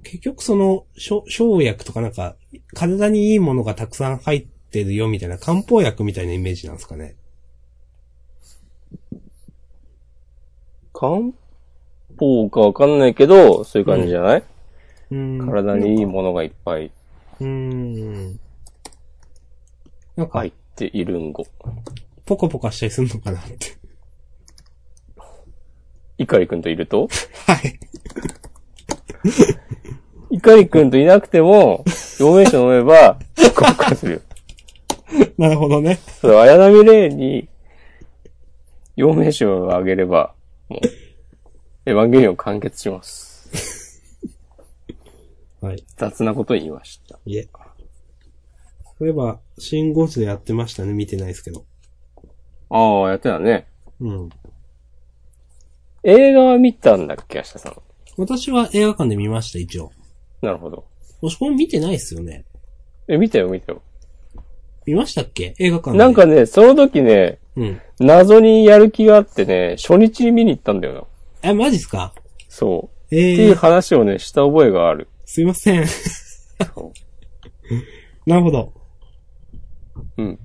Speaker 1: 結局その、しょ生薬とかなんか、体にいいものがたくさん入ってるよみたいな、漢方薬みたいなイメージなんですかね。
Speaker 2: 漢方かわかんないけど、そういう感じじゃない、
Speaker 1: うん
Speaker 2: 体にいいものがいっぱい
Speaker 1: うん。なんか
Speaker 2: 入、っているんご。
Speaker 1: ポカポカしたりするのかなって。
Speaker 2: いかりくんといると
Speaker 1: はい。
Speaker 2: いかりくんといなくても、陽明酒飲めば、コカコカするよ。
Speaker 1: なるほどね。
Speaker 2: そう、綾波レイに、陽明酒をあげれば、もう、エヴァンゲリオン完結します。
Speaker 1: はい。
Speaker 2: 雑なこと言いました。
Speaker 1: いえ。そういえば、シン・ゴジラやってましたね。見てないですけど。
Speaker 2: ああ、やってたね。
Speaker 1: うん。
Speaker 2: 映画は見たんだっけ、明日さん。
Speaker 1: 私は映画館で見ました、一応。
Speaker 2: なるほど。
Speaker 1: もしこれ見てないっすよね。
Speaker 2: え、見たよ、見たよ。
Speaker 1: 見ましたっけ映画館で。
Speaker 2: なんか、ね、その時ね、
Speaker 1: うん。
Speaker 2: 謎にやる気があってね、初日に見に行ったんだよな。
Speaker 1: え、マジっすか
Speaker 2: そう。って
Speaker 1: え
Speaker 2: い
Speaker 1: え
Speaker 2: う話をね、した覚えがある。
Speaker 1: すいません。
Speaker 2: そ
Speaker 1: なるほど。
Speaker 2: う。うん。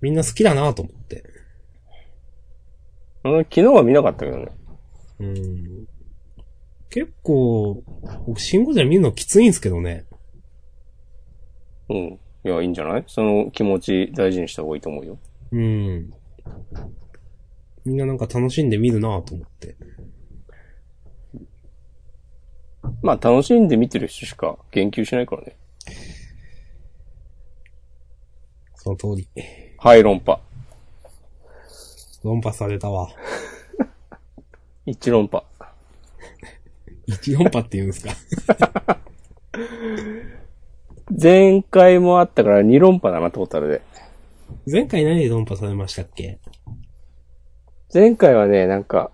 Speaker 1: みんな好きだなと思って。
Speaker 2: うん昨日は見なかったけどね。
Speaker 1: うん。結構、僕、シン・ゴジラ見るのきついんすけどね。
Speaker 2: うん。いや、いいんじゃないその気持ち大事にした方がいいと思うよ。
Speaker 1: うん。みんななんか楽しんで見るなと思って。
Speaker 2: まあ、楽しんで見てる人しか言及しないからね。
Speaker 1: その通り。
Speaker 2: はい、論破。
Speaker 1: 論破されたわ。
Speaker 2: 一論破。
Speaker 1: 一論破って言うんですか。
Speaker 2: 前回もあったから二論破だな、トータルで。
Speaker 1: 前回何で論破されましたっけ
Speaker 2: 前回はね、なんか、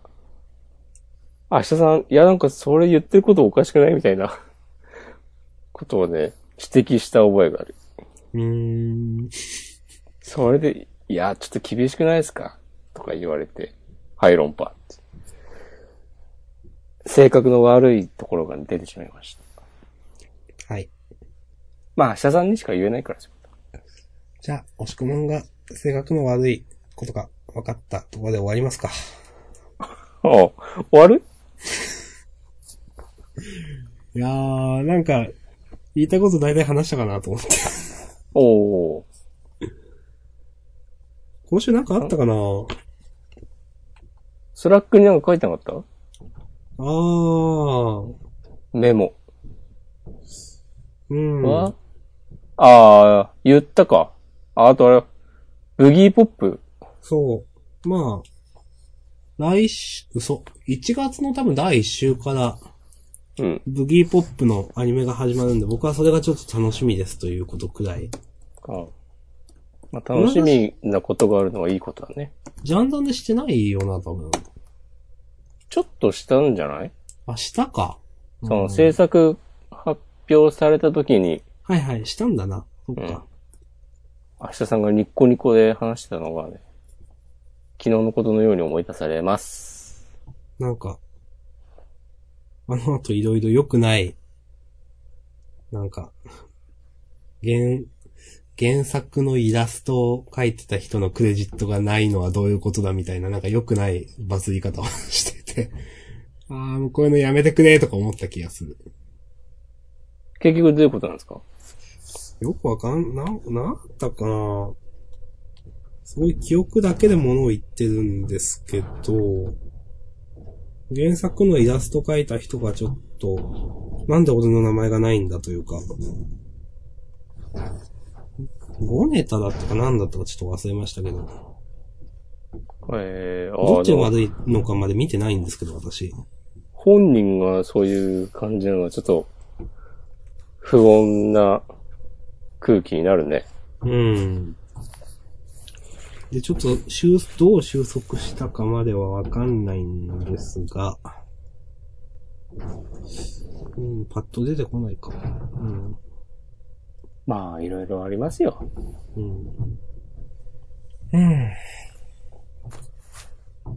Speaker 2: 明日さん、いや、なんかそれ言ってることおかしくないみたいな、ことをね、指摘した覚えがある。
Speaker 1: うーん。
Speaker 2: それで、いや、ちょっと厳しくないですかとか言われて、はい、論破って。性格の悪いところが出てしまいました。
Speaker 1: はい。
Speaker 2: まあ、明日さんにしか言えないからですよ
Speaker 1: じゃあ、押し込まんが性格の悪いことが分かったところで終わりますか。
Speaker 2: ああ、終わる
Speaker 1: いやー、なんか、言いたいこと大体話したかなと思って。
Speaker 2: おお
Speaker 1: 今週なんかあったかな
Speaker 2: スラックになんか書いてなかっ
Speaker 1: あー。
Speaker 2: たメモ。
Speaker 1: うん。
Speaker 2: はああ、言ったか。あ、あとあれ、ブギーポップ
Speaker 1: そう。まあ、来週、嘘。1月の多分第1週から、
Speaker 2: うん。
Speaker 1: ブギーポップのアニメが始まるんで、僕はそれがちょっと楽しみですということくらい。
Speaker 2: あまあ、楽しみなことがあるのはいいことだね。
Speaker 1: ジャンダンでしてないよな、多分。
Speaker 2: ちょっとしたんじゃない
Speaker 1: あ、したか。
Speaker 2: その
Speaker 1: うん
Speaker 2: 制作発表された時に、
Speaker 1: はいはい、したんだな。そっか。
Speaker 2: 明日さんがニッコニコで話してたのがね、昨日のことのように思い出されます。
Speaker 1: なんか、あの後いろいろ良くない、なんか、原、原作のイラストを描いてた人のクレジットがないのはどういうことだみたいな、なんか良くないバズり方を してて、ああ、もうこういうのやめてくれとか思った気がする。
Speaker 2: 結局どういうことなんですか
Speaker 1: よくわかん、な、なったかなすごい記憶だけで物を言ってるんですけど、原作のイラスト描いた人がちょっと、なんで俺の名前がないんだというか、ゴネタだったかなんだったかちょっと忘れましたけど、
Speaker 2: えー、
Speaker 1: ど
Speaker 2: あ
Speaker 1: っちが
Speaker 2: あ、でも
Speaker 1: 悪いのかまで見てないんですけど、私。
Speaker 2: 本人がそういう感じなのはちょっと、不穏な空気になるね。
Speaker 1: うん。で、ちょっと、収どう収束したかまではわかんないんですが、うん、パッと出てこないか。うん。
Speaker 2: まあ、いろいろありますよ。
Speaker 1: うん。うん。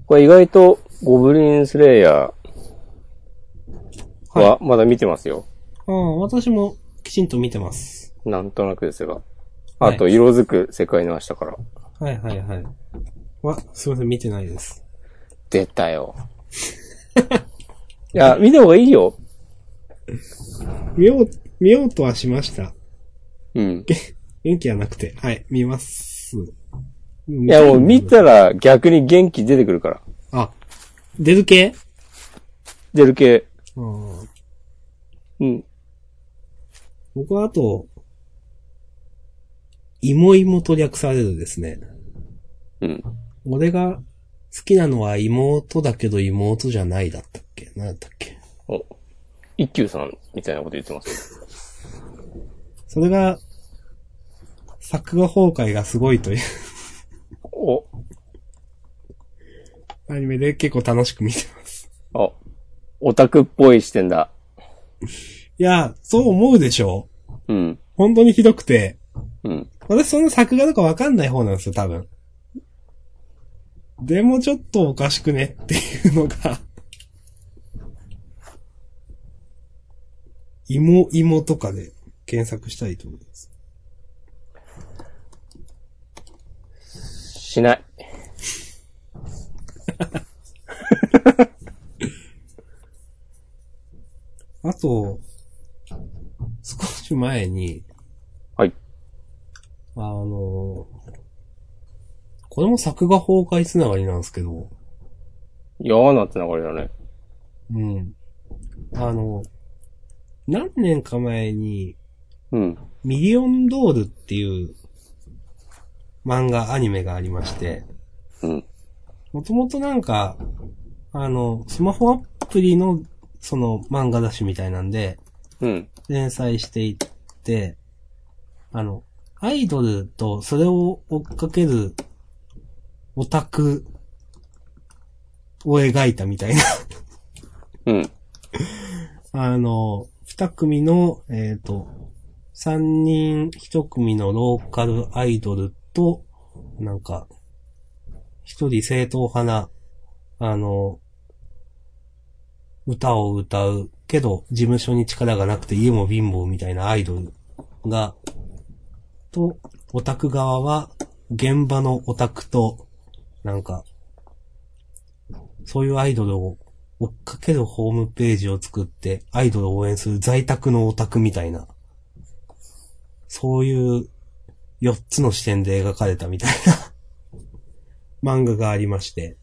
Speaker 2: これ意外と、ゴブリンスレイヤーはまだ見てますよ。
Speaker 1: ああ、私もきちんと見てます。
Speaker 2: なんとなくですが。
Speaker 1: は
Speaker 2: あ
Speaker 1: い
Speaker 2: と、色づく世界の明日から。
Speaker 1: はいはいはい。わ、すいません、見てないです。
Speaker 2: 出たよ。 いや、見た方がいいよ。
Speaker 1: 見よう、見ようとはしました。
Speaker 2: うん。
Speaker 1: 元気はなくて。はい、見ます。い
Speaker 2: いや、もう見。たら逆に元気出てくるから。
Speaker 1: あ、出る系
Speaker 2: 出る系。
Speaker 1: うん。
Speaker 2: うん。
Speaker 1: 僕はあと、イモイモと略されるですね。
Speaker 2: うん。
Speaker 1: 俺が好きなのは妹だけど妹じゃないだったっけ何だったっけ
Speaker 2: お一休さんみたいなこと言ってます。
Speaker 1: それが、作画崩壊がすごいという
Speaker 2: お、
Speaker 1: アニメで結構楽しく見てます。
Speaker 2: あ、オタクっぽい視点だ。
Speaker 1: いや、そう思うでしょう
Speaker 2: うん。
Speaker 1: 本当にひどくて。
Speaker 2: うん。
Speaker 1: 私そんな作画とかわかんない方なんですよ、多分。でもちょっとおかしくねっていうのが。芋、芋とかで検索したいと思います。
Speaker 2: しない。
Speaker 1: あと、少し前に、
Speaker 2: はい。
Speaker 1: あの、これも作画崩壊つながりなんですけど、
Speaker 2: 嫌なつながりだね。
Speaker 1: うん。あの、何年か前に、
Speaker 2: うん。
Speaker 1: ミリオンドールっていう漫画、アニメがありまして、
Speaker 2: うん。
Speaker 1: もともとなんか、あの、スマホアプリの、その漫画雑誌みたいなんで、
Speaker 2: うん。
Speaker 1: 連載していって、あの、アイドルとそれを追っかけるオタクを描いたみたいな、
Speaker 2: うん。
Speaker 1: あの、二組の、えっ、と、三人一組のローカルアイドルと、なんか、一人正統派な、あの、歌を歌うけど、事務所に力がなくて家も貧乏みたいなアイドルが、と、オタク側は、現場のオタクと、なんか、そういうアイドルを追っかけるホームページを作って、アイドルを応援する在宅のオタクみたいな、そういう4つの視点で描かれたみたいな漫画がありまして、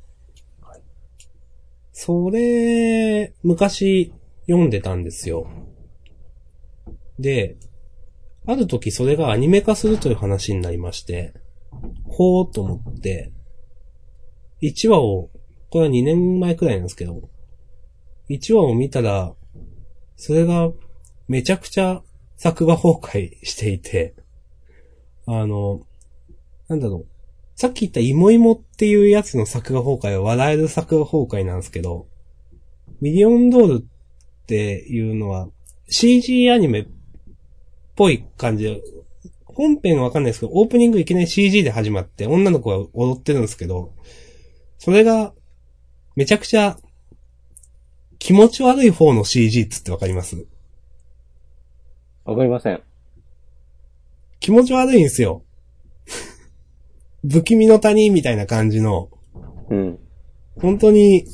Speaker 1: それ、昔読んでたんですよ。で、ある時それがアニメ化するという話になりまして、ほーっと思って、1話を、これは2年前くらいなんですけど、1話を見たら、それがめちゃくちゃ作画崩壊していて、あの、なんだろう。さっき言ったイモイモっていうやつの作画崩壊は笑える作画崩壊なんですけど、ミリオンドールっていうのは CG アニメっぽい感じで、本編はわかんないですけど、オープニングいきなり CG で始まって女の子が踊ってるんですけど、それがめちゃくちゃ気持ち悪い方の CG っつってわかります
Speaker 2: わかりません。
Speaker 1: 気持ち悪いんですよ。 不気味の谷みたいな感じの、
Speaker 2: うん。
Speaker 1: 本当に、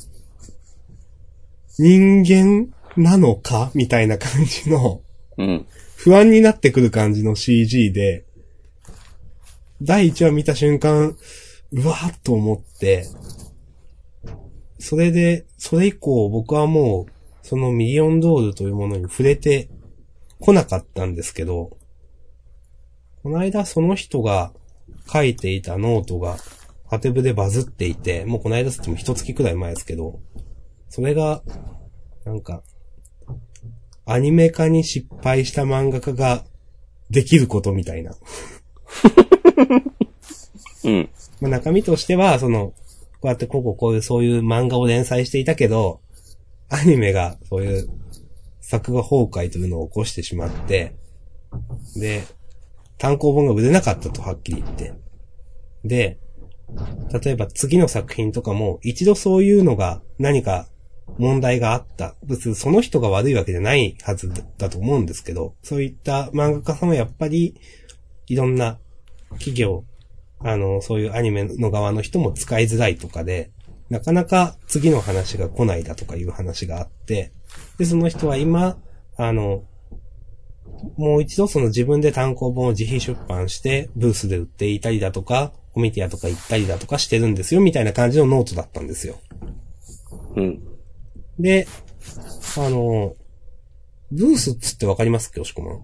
Speaker 1: 人間なのかみたいな感じの、
Speaker 2: うん。
Speaker 1: 不安になってくる感じの CG で、第1話見た瞬間、うわーっと思って、それで、それ以降僕はもう、そのミリオンドールというものに触れてこなかったんですけど、この間その人が書いていたノートが、ハテブでバズっていて、もうこの間つっても一月くらい前ですけど、それが、なんか、アニメ化に失敗した漫画家ができることみたいな。
Speaker 2: うん。
Speaker 1: まあ、中身としては、その、こうやってこうこうこういうそういう漫画を連載していたけど、アニメがそういう作画崩壊というのを起こしてしまって、で、単行本が売れなかったとはっきり言って。で、例えば次の作品とかも一度そういうのが何か問題があった。別にその人が悪いわけじゃないはずだと思うんですけど、そういった漫画家さんはやっぱりいろんな企業、あの、そういうアニメの側の人も使いづらいとかで、なかなか次の話が来ないだとかいう話があって、で、その人は今、あの、もう一度その自分で単行本を自費出版して、ブースで売っていたりだとか、コミティアとか行ったりだとかしてるんですよ、みたいな感じのノートだったんですよ。
Speaker 2: うん。
Speaker 1: で、あの、ブースっつってわかりますよしこまん。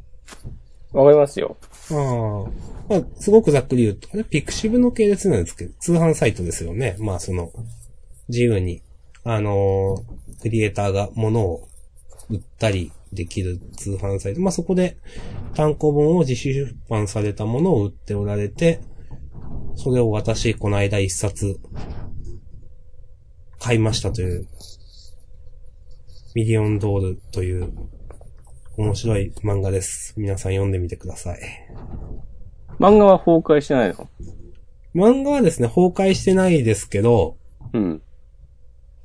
Speaker 2: わかりますよ。
Speaker 1: ああ。まあ、すごくざっくり言うと、あれピクシブの系列なんですけど、通販サイトですよね。まあ、その、自由に、あのークリエイターが物を売ったりできる通販サイト。まあ、そこで単行本を自主出版されたものを売っておられて、それを私、この間一冊、買いましたという、ミリオンドールという、面白い漫画です。皆さん読んでみてください。
Speaker 2: 漫画は崩壊してないの
Speaker 1: 漫画はですね、崩壊してないですけど、
Speaker 2: うん。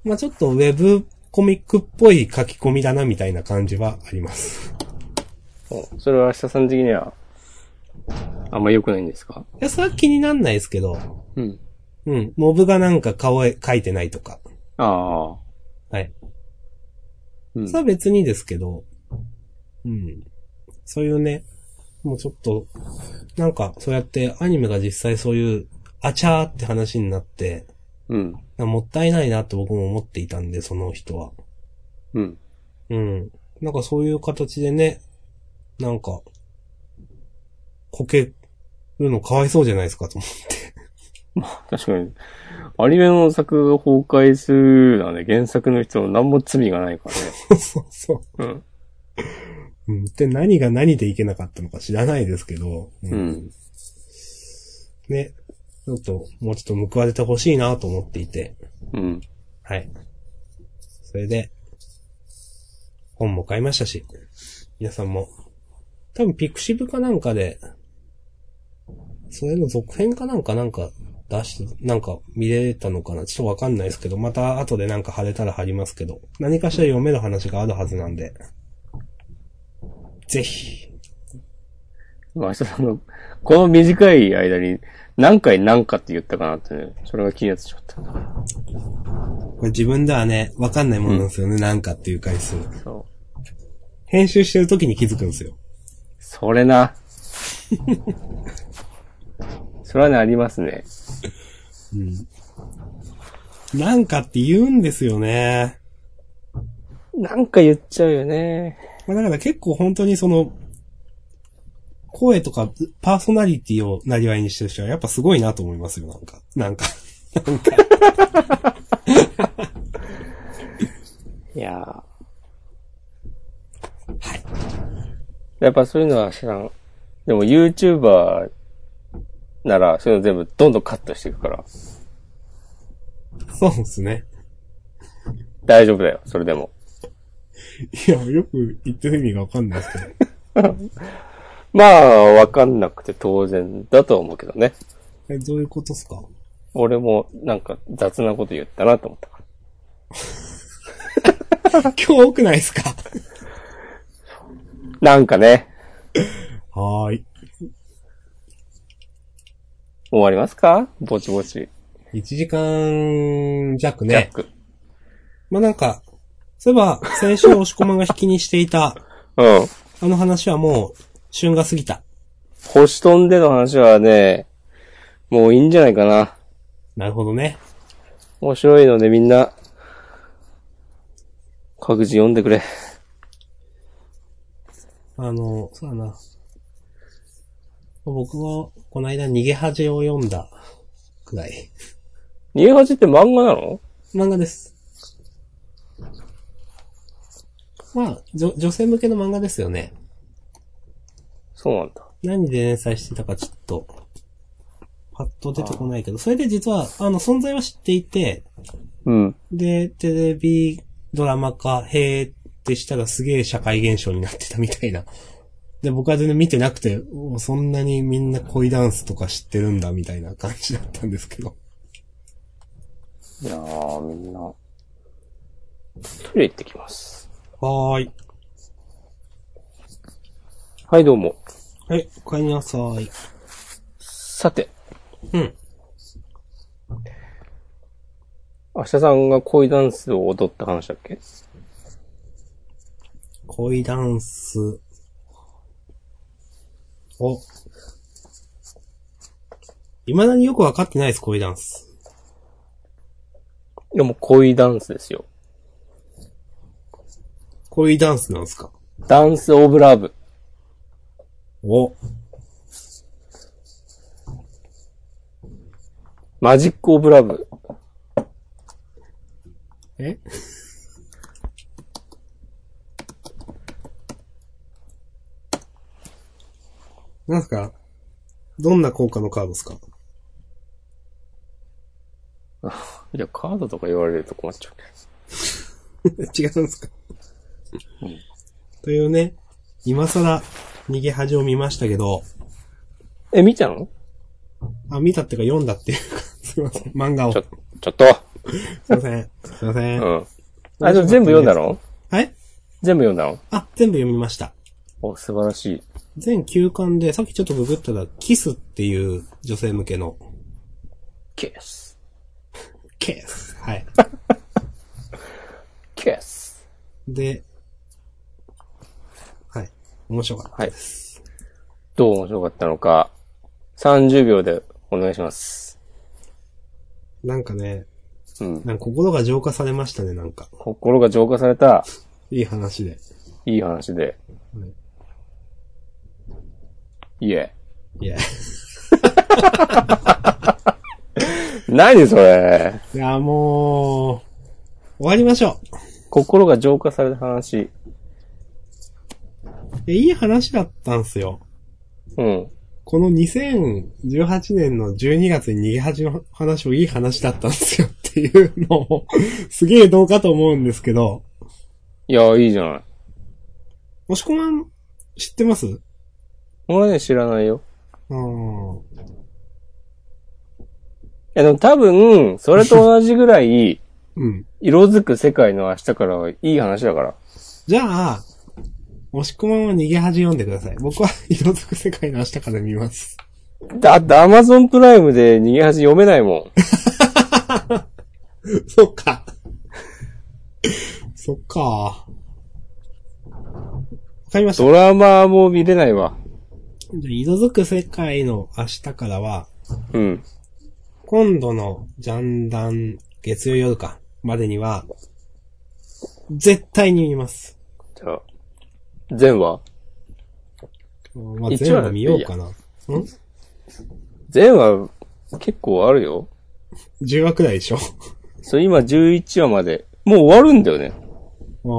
Speaker 1: まあちょっとウェブコミックっぽい書き込みだなみたいな感じはあります。
Speaker 2: おそれは明日さん的には、あんま良くないんですか
Speaker 1: いや、それは気になんないですけど、
Speaker 2: うん。
Speaker 1: うん、モブがなんか顔へ描いてないとか、
Speaker 2: ああ。
Speaker 1: はい。
Speaker 2: うん
Speaker 1: それは別にですけど、うん。そういうね、もうちょっと、なんかそうやってアニメが実際そういう、あちゃーって話になって、
Speaker 2: うん。
Speaker 1: なんかもったいないなって僕も思っていたんで、その人は。
Speaker 2: うん。
Speaker 1: うん。なんかそういう形でね、なんか、こけるのかわいそうじゃないですかと思
Speaker 2: 確かに。アニメの作が崩壊するのはね、原作の人の何も罪がないからね。
Speaker 1: う。 そうそう。
Speaker 2: うん。
Speaker 1: うん。で、何が何でいけなかったのか知らないですけど、う
Speaker 2: うん。
Speaker 1: ね。ちょっと、もうちょっと報われてほしいなと思っていて。
Speaker 2: うん。
Speaker 1: はい。それで、本も買いましたし、皆さんも、多分ピクシブかなんかで、それの続編かなんかなんか出して、なんか見れたのかなちょっとわかんないですけど、また後でなんか貼れたら貼りますけど、何かしら読める話があるはずなんで、ぜひ、
Speaker 2: 明日さんの、この短い間に何回何かって言ったかなってね、それが気になってしまった。
Speaker 1: これ自分ではね、わかんないものなんですよね、なんかっていう回数。
Speaker 2: そう。
Speaker 1: 編集してる時に気づくんですよ。
Speaker 2: それ な。それはね、ありますね。
Speaker 1: なんかって言うんですよね。
Speaker 2: なんか言っちゃうよね。
Speaker 1: まあだから結構本当にその、声とかパーソナリティをなりわいにしてる人はやっぱすごいなと思いますよ、なんか。なんか。
Speaker 2: いやはい。やっぱそういうのは知らん。でも YouTuber なら、そういうの全部どんどんカットしていくから、
Speaker 1: そうですね。
Speaker 2: 大丈夫だよ、それでも。
Speaker 1: いや、よく言ってる意味がわかんないですけど。
Speaker 2: まあ、わかんなくて当然だと思うけどね。
Speaker 1: え、どういうことっすか
Speaker 2: 俺もなんか雑なこと言ったなと思ったから。
Speaker 1: 今日多くないですか
Speaker 2: なんかね、
Speaker 1: はーい。
Speaker 2: 終わりますかぼちぼち。
Speaker 1: 1時間弱
Speaker 2: ジャッ
Speaker 1: ね。
Speaker 2: ク。
Speaker 1: まあ、なんか、そういえば、先週押し込まが引きにしていた、
Speaker 2: うん。
Speaker 1: あの話はもう、旬が過ぎた。
Speaker 2: 星飛んでの話はね、もういいんじゃないかな。
Speaker 1: なるほどね。
Speaker 2: 面白いのでみんな、各自読んでくれ。
Speaker 1: あの、そうだな。僕も、この間、逃げ恥を読んだ、くらい。
Speaker 2: 逃げ恥って漫画なの
Speaker 1: 漫画です。まあ、女、女性向けの漫画ですよね。
Speaker 2: そうなんだ。
Speaker 1: 何で連載してたかちょっと、パッと出てこないけど、それで実は、あの、存在は知っていて、
Speaker 2: うん。
Speaker 1: で、テレビドラマ化、へーってしたらすげえ社会現象になってたみたいな。で、僕は全然見てなくて、おそんなにみんな恋ダンスとか知ってるんだみたいな感じだったんですけど。
Speaker 2: いやー、みんな。トイレ行ってきます。
Speaker 1: はーい。
Speaker 2: はい、どうも。
Speaker 1: はい、お帰りなさい。
Speaker 2: さて、
Speaker 1: うん。
Speaker 2: 明日さんが恋ダンスを踊った話だっけ
Speaker 1: 恋ダンス。お。未だによくわかってないです、恋ダンス。
Speaker 2: いや、もう恋ダンスですよ。
Speaker 1: 恋ダンスなんですか
Speaker 2: ダンスオブラブ。
Speaker 1: お。
Speaker 2: マジックオブラブ。
Speaker 1: え なんすかどんな効果のカードですか
Speaker 2: いや、カードとか言われると困っちゃうね。
Speaker 1: 違うんですか、 というね、今更逃げ恥を見ましたけど、
Speaker 2: え、見たの
Speaker 1: あ、見たっていうか読んだっていうか、 すいません。漫画を。
Speaker 2: ちょ
Speaker 1: す、
Speaker 2: ちょっと。
Speaker 1: いません。すいませ。
Speaker 2: うんん。あ、でも全部読んだの
Speaker 1: はい
Speaker 2: 全部読んだの
Speaker 1: あ、全部読みました。
Speaker 2: お、素晴らしい。
Speaker 1: 全9巻で、さっきちょっとググったら、キスっていう女性向けの、
Speaker 2: ケース。
Speaker 1: ケース。はい。
Speaker 2: ケース。
Speaker 1: で、はい。面白かったです。
Speaker 2: どう面白かったのか、30秒でお願いします。
Speaker 1: なんかね、
Speaker 2: うん。
Speaker 1: なんか心が浄化されましたね、なんか。
Speaker 2: 心が浄化された、
Speaker 1: いい話で。
Speaker 2: いい話で。いえ。
Speaker 1: いや。
Speaker 2: 何それ
Speaker 1: いや、もう、終わりましょう。
Speaker 2: 心が浄化された話。
Speaker 1: いやいい話だったんすよ。
Speaker 2: うん。
Speaker 1: この2018年の12月に逃げ恥の話をいい話だったんですよ っていうのを、すげえどうかと思うんですけど、
Speaker 2: いや、いいじゃない。
Speaker 1: もしこまん、知ってますう
Speaker 2: 俺ね、知らないよ。
Speaker 1: ーん。う
Speaker 2: いや、でも多分、それと同じぐらい、
Speaker 1: ん。
Speaker 2: 色づく世界の明日からはいい話だから。
Speaker 1: じゃあ、もしこまんは逃げ恥読んでください。僕は 色づく世界の明日から見 ます。
Speaker 2: だってアマゾンプライムで逃げ恥読めないもん。
Speaker 1: そっか。 そっか。わかりました。
Speaker 2: ドラマも見れないわ。
Speaker 1: じゃあ色づく世界の明日からは、
Speaker 2: うん。
Speaker 1: 今度のジャンダン月曜夜かまでには、絶対に見ます。
Speaker 2: じゃあ、全話
Speaker 1: まあ、
Speaker 2: 一
Speaker 1: 全
Speaker 2: 話
Speaker 1: 部見ようかな。ん
Speaker 2: 全話、結構あるよ。
Speaker 1: ?10 話くらいでしょ。
Speaker 2: そう、今11話まで。もう終わるんだよね。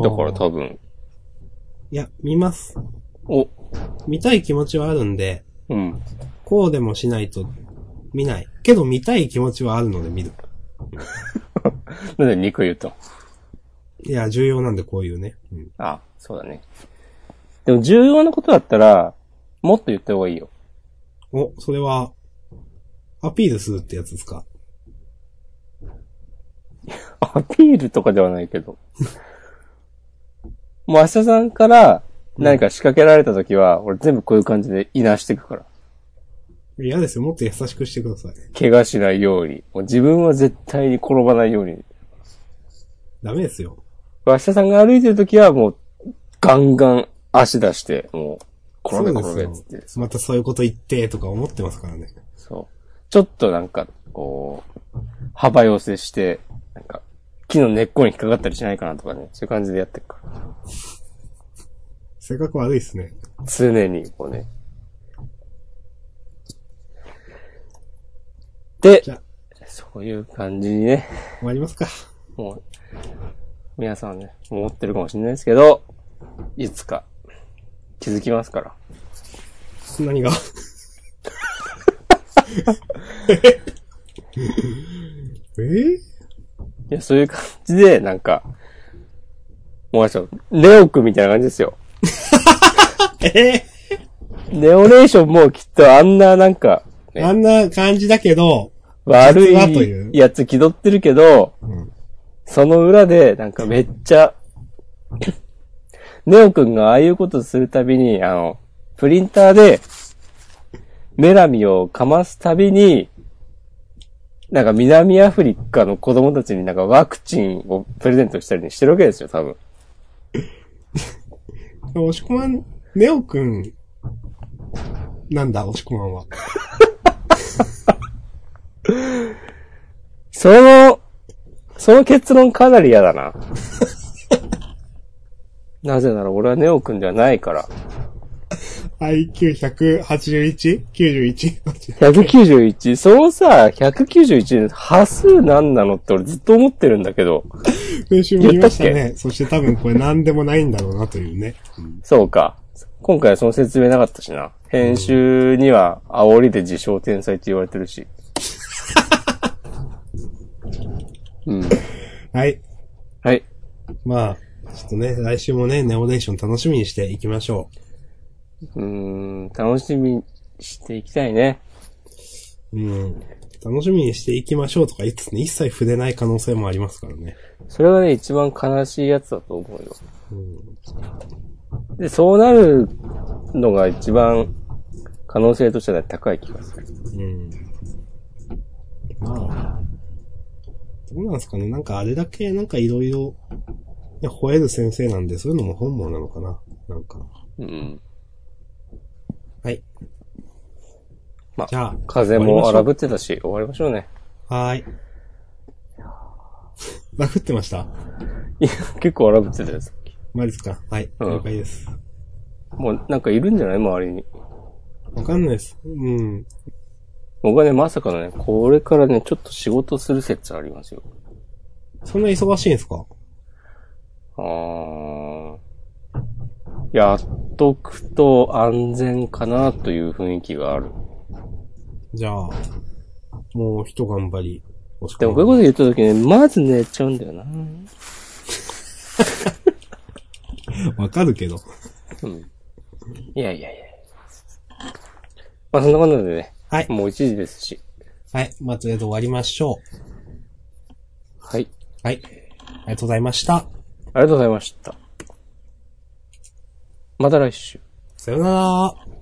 Speaker 2: だから
Speaker 1: い
Speaker 2: 多分。
Speaker 1: や、見ます。
Speaker 2: お、
Speaker 1: 見たい気持ちはあるんで、
Speaker 2: うん。
Speaker 1: こうでもしないと見ない。けど見たい気持ちはあるので見る。
Speaker 2: なんで2個言うと。
Speaker 1: いや、重要なんでこういうね。うん、
Speaker 2: あ、そうだね。でも重要なことだったら、もっと言った方がいいよ。
Speaker 1: お、それは、アピールするってやつですか
Speaker 2: アピールとかではないけど。 もう明日さんから何か仕掛けられた時は、俺全部こういう感じでいなしていくから。
Speaker 1: 嫌ですよ。もっと優しくしてください。
Speaker 2: 怪我しないように。もう自分は絶対に転ばないように。
Speaker 1: ダメですよ。
Speaker 2: 明日さんが歩いてる時はもう、ガンガン足出して、もう、転べ
Speaker 1: そう
Speaker 2: 転
Speaker 1: で
Speaker 2: べっ
Speaker 1: す
Speaker 2: つって。
Speaker 1: よまたそういうこと言って、とか思ってますからね。
Speaker 2: そう。ちょっとなんか、こう、幅寄せして、なんか、木の根っこに引っかかったりしないかなとかね、そういう感じでやってるから。
Speaker 1: 性格悪いですね。
Speaker 2: 常に、こうね。で
Speaker 1: じゃあ、
Speaker 2: そういう感じにね、
Speaker 1: 終わりますか。
Speaker 2: もう、皆さんね、思ってるかもしれないですけど、いつか気づきますから。
Speaker 1: 何 がえ
Speaker 2: いや、そういう感じで、なんか、もうちょっと、レオくんみたいな感じですよ。
Speaker 1: ええ
Speaker 2: ネオレーションもきっとあんななんか、ね
Speaker 1: あんな感じだけど、
Speaker 2: 悪
Speaker 1: 実はという
Speaker 2: いやつ気取ってるけど、
Speaker 1: うん
Speaker 2: その裏で、なんかめっちゃ、 ネオくんがああいうことするたびに、あの、プリンターで、メラミをかますたびに、なんか南アフリカの子供たちになんかワクチンをプレゼントしたりしてるわけですよ、多分。
Speaker 1: 押し込まん、ネオくん、なんだ、押し込まんは。
Speaker 2: その、その結論かなり嫌 だな。なぜなら俺はネオくんではないから。
Speaker 1: IQ181?91?
Speaker 2: 191? そのさ、191の波数何なのって俺ずっと思ってるんだけど。
Speaker 1: 先週も言いましたね。そして多分これ何でもないんだろうなというね。
Speaker 2: そうか。今回はその説明なかったしな。編集には煽りで自称天才って言われてるし。うん。
Speaker 1: はい。
Speaker 2: はい。
Speaker 1: まあ、ちょっとね、来週もね、ネオネーション楽しみにしていきましょ
Speaker 2: うーん、楽しみにしていきたいね。
Speaker 1: う。うん。楽しみにしていきましょうとか言いつつね、一切触れない可能性もありますからね。
Speaker 2: それがね、一番悲しいやつだと思うよ。で、そうなるのが一番可能性としては高い気がする。
Speaker 1: うん。まあ。どうなんですかねなんかあれだけ、なんかいろいろ、ね吠える先生なんで、そういうのも本望なのかななんか。
Speaker 2: うん。
Speaker 1: はい。
Speaker 2: ま
Speaker 1: じゃあ
Speaker 2: 風も荒ぶってたし、終わりましょうね。
Speaker 1: はー い。ラフってました
Speaker 2: いや、結構荒ぶってたやつ。
Speaker 1: マジですかはい。
Speaker 2: うん
Speaker 1: 了解です。
Speaker 2: もうなんかいるんじゃない周りに。
Speaker 1: わかんないです。うん。
Speaker 2: 僕はね、まさかのね、これからね、ちょっと仕事する説ありますよ。
Speaker 1: そんな忙しいんですか
Speaker 2: あー。やっとくと安全かなという雰囲気がある。
Speaker 1: じゃあ、もう一頑張り。
Speaker 2: でもこういうこと言った時ね、まず寝ちゃうんだよな。
Speaker 1: わかるけど。
Speaker 2: いやいやいや。まあそんなことでね、
Speaker 1: はい。
Speaker 2: もう1時ですし。
Speaker 1: はい。まあ、とりあえず終わりましょう。
Speaker 2: はい。
Speaker 1: はい。ありがとうございました。
Speaker 2: ありがとうございました。また来週。
Speaker 1: さようなら。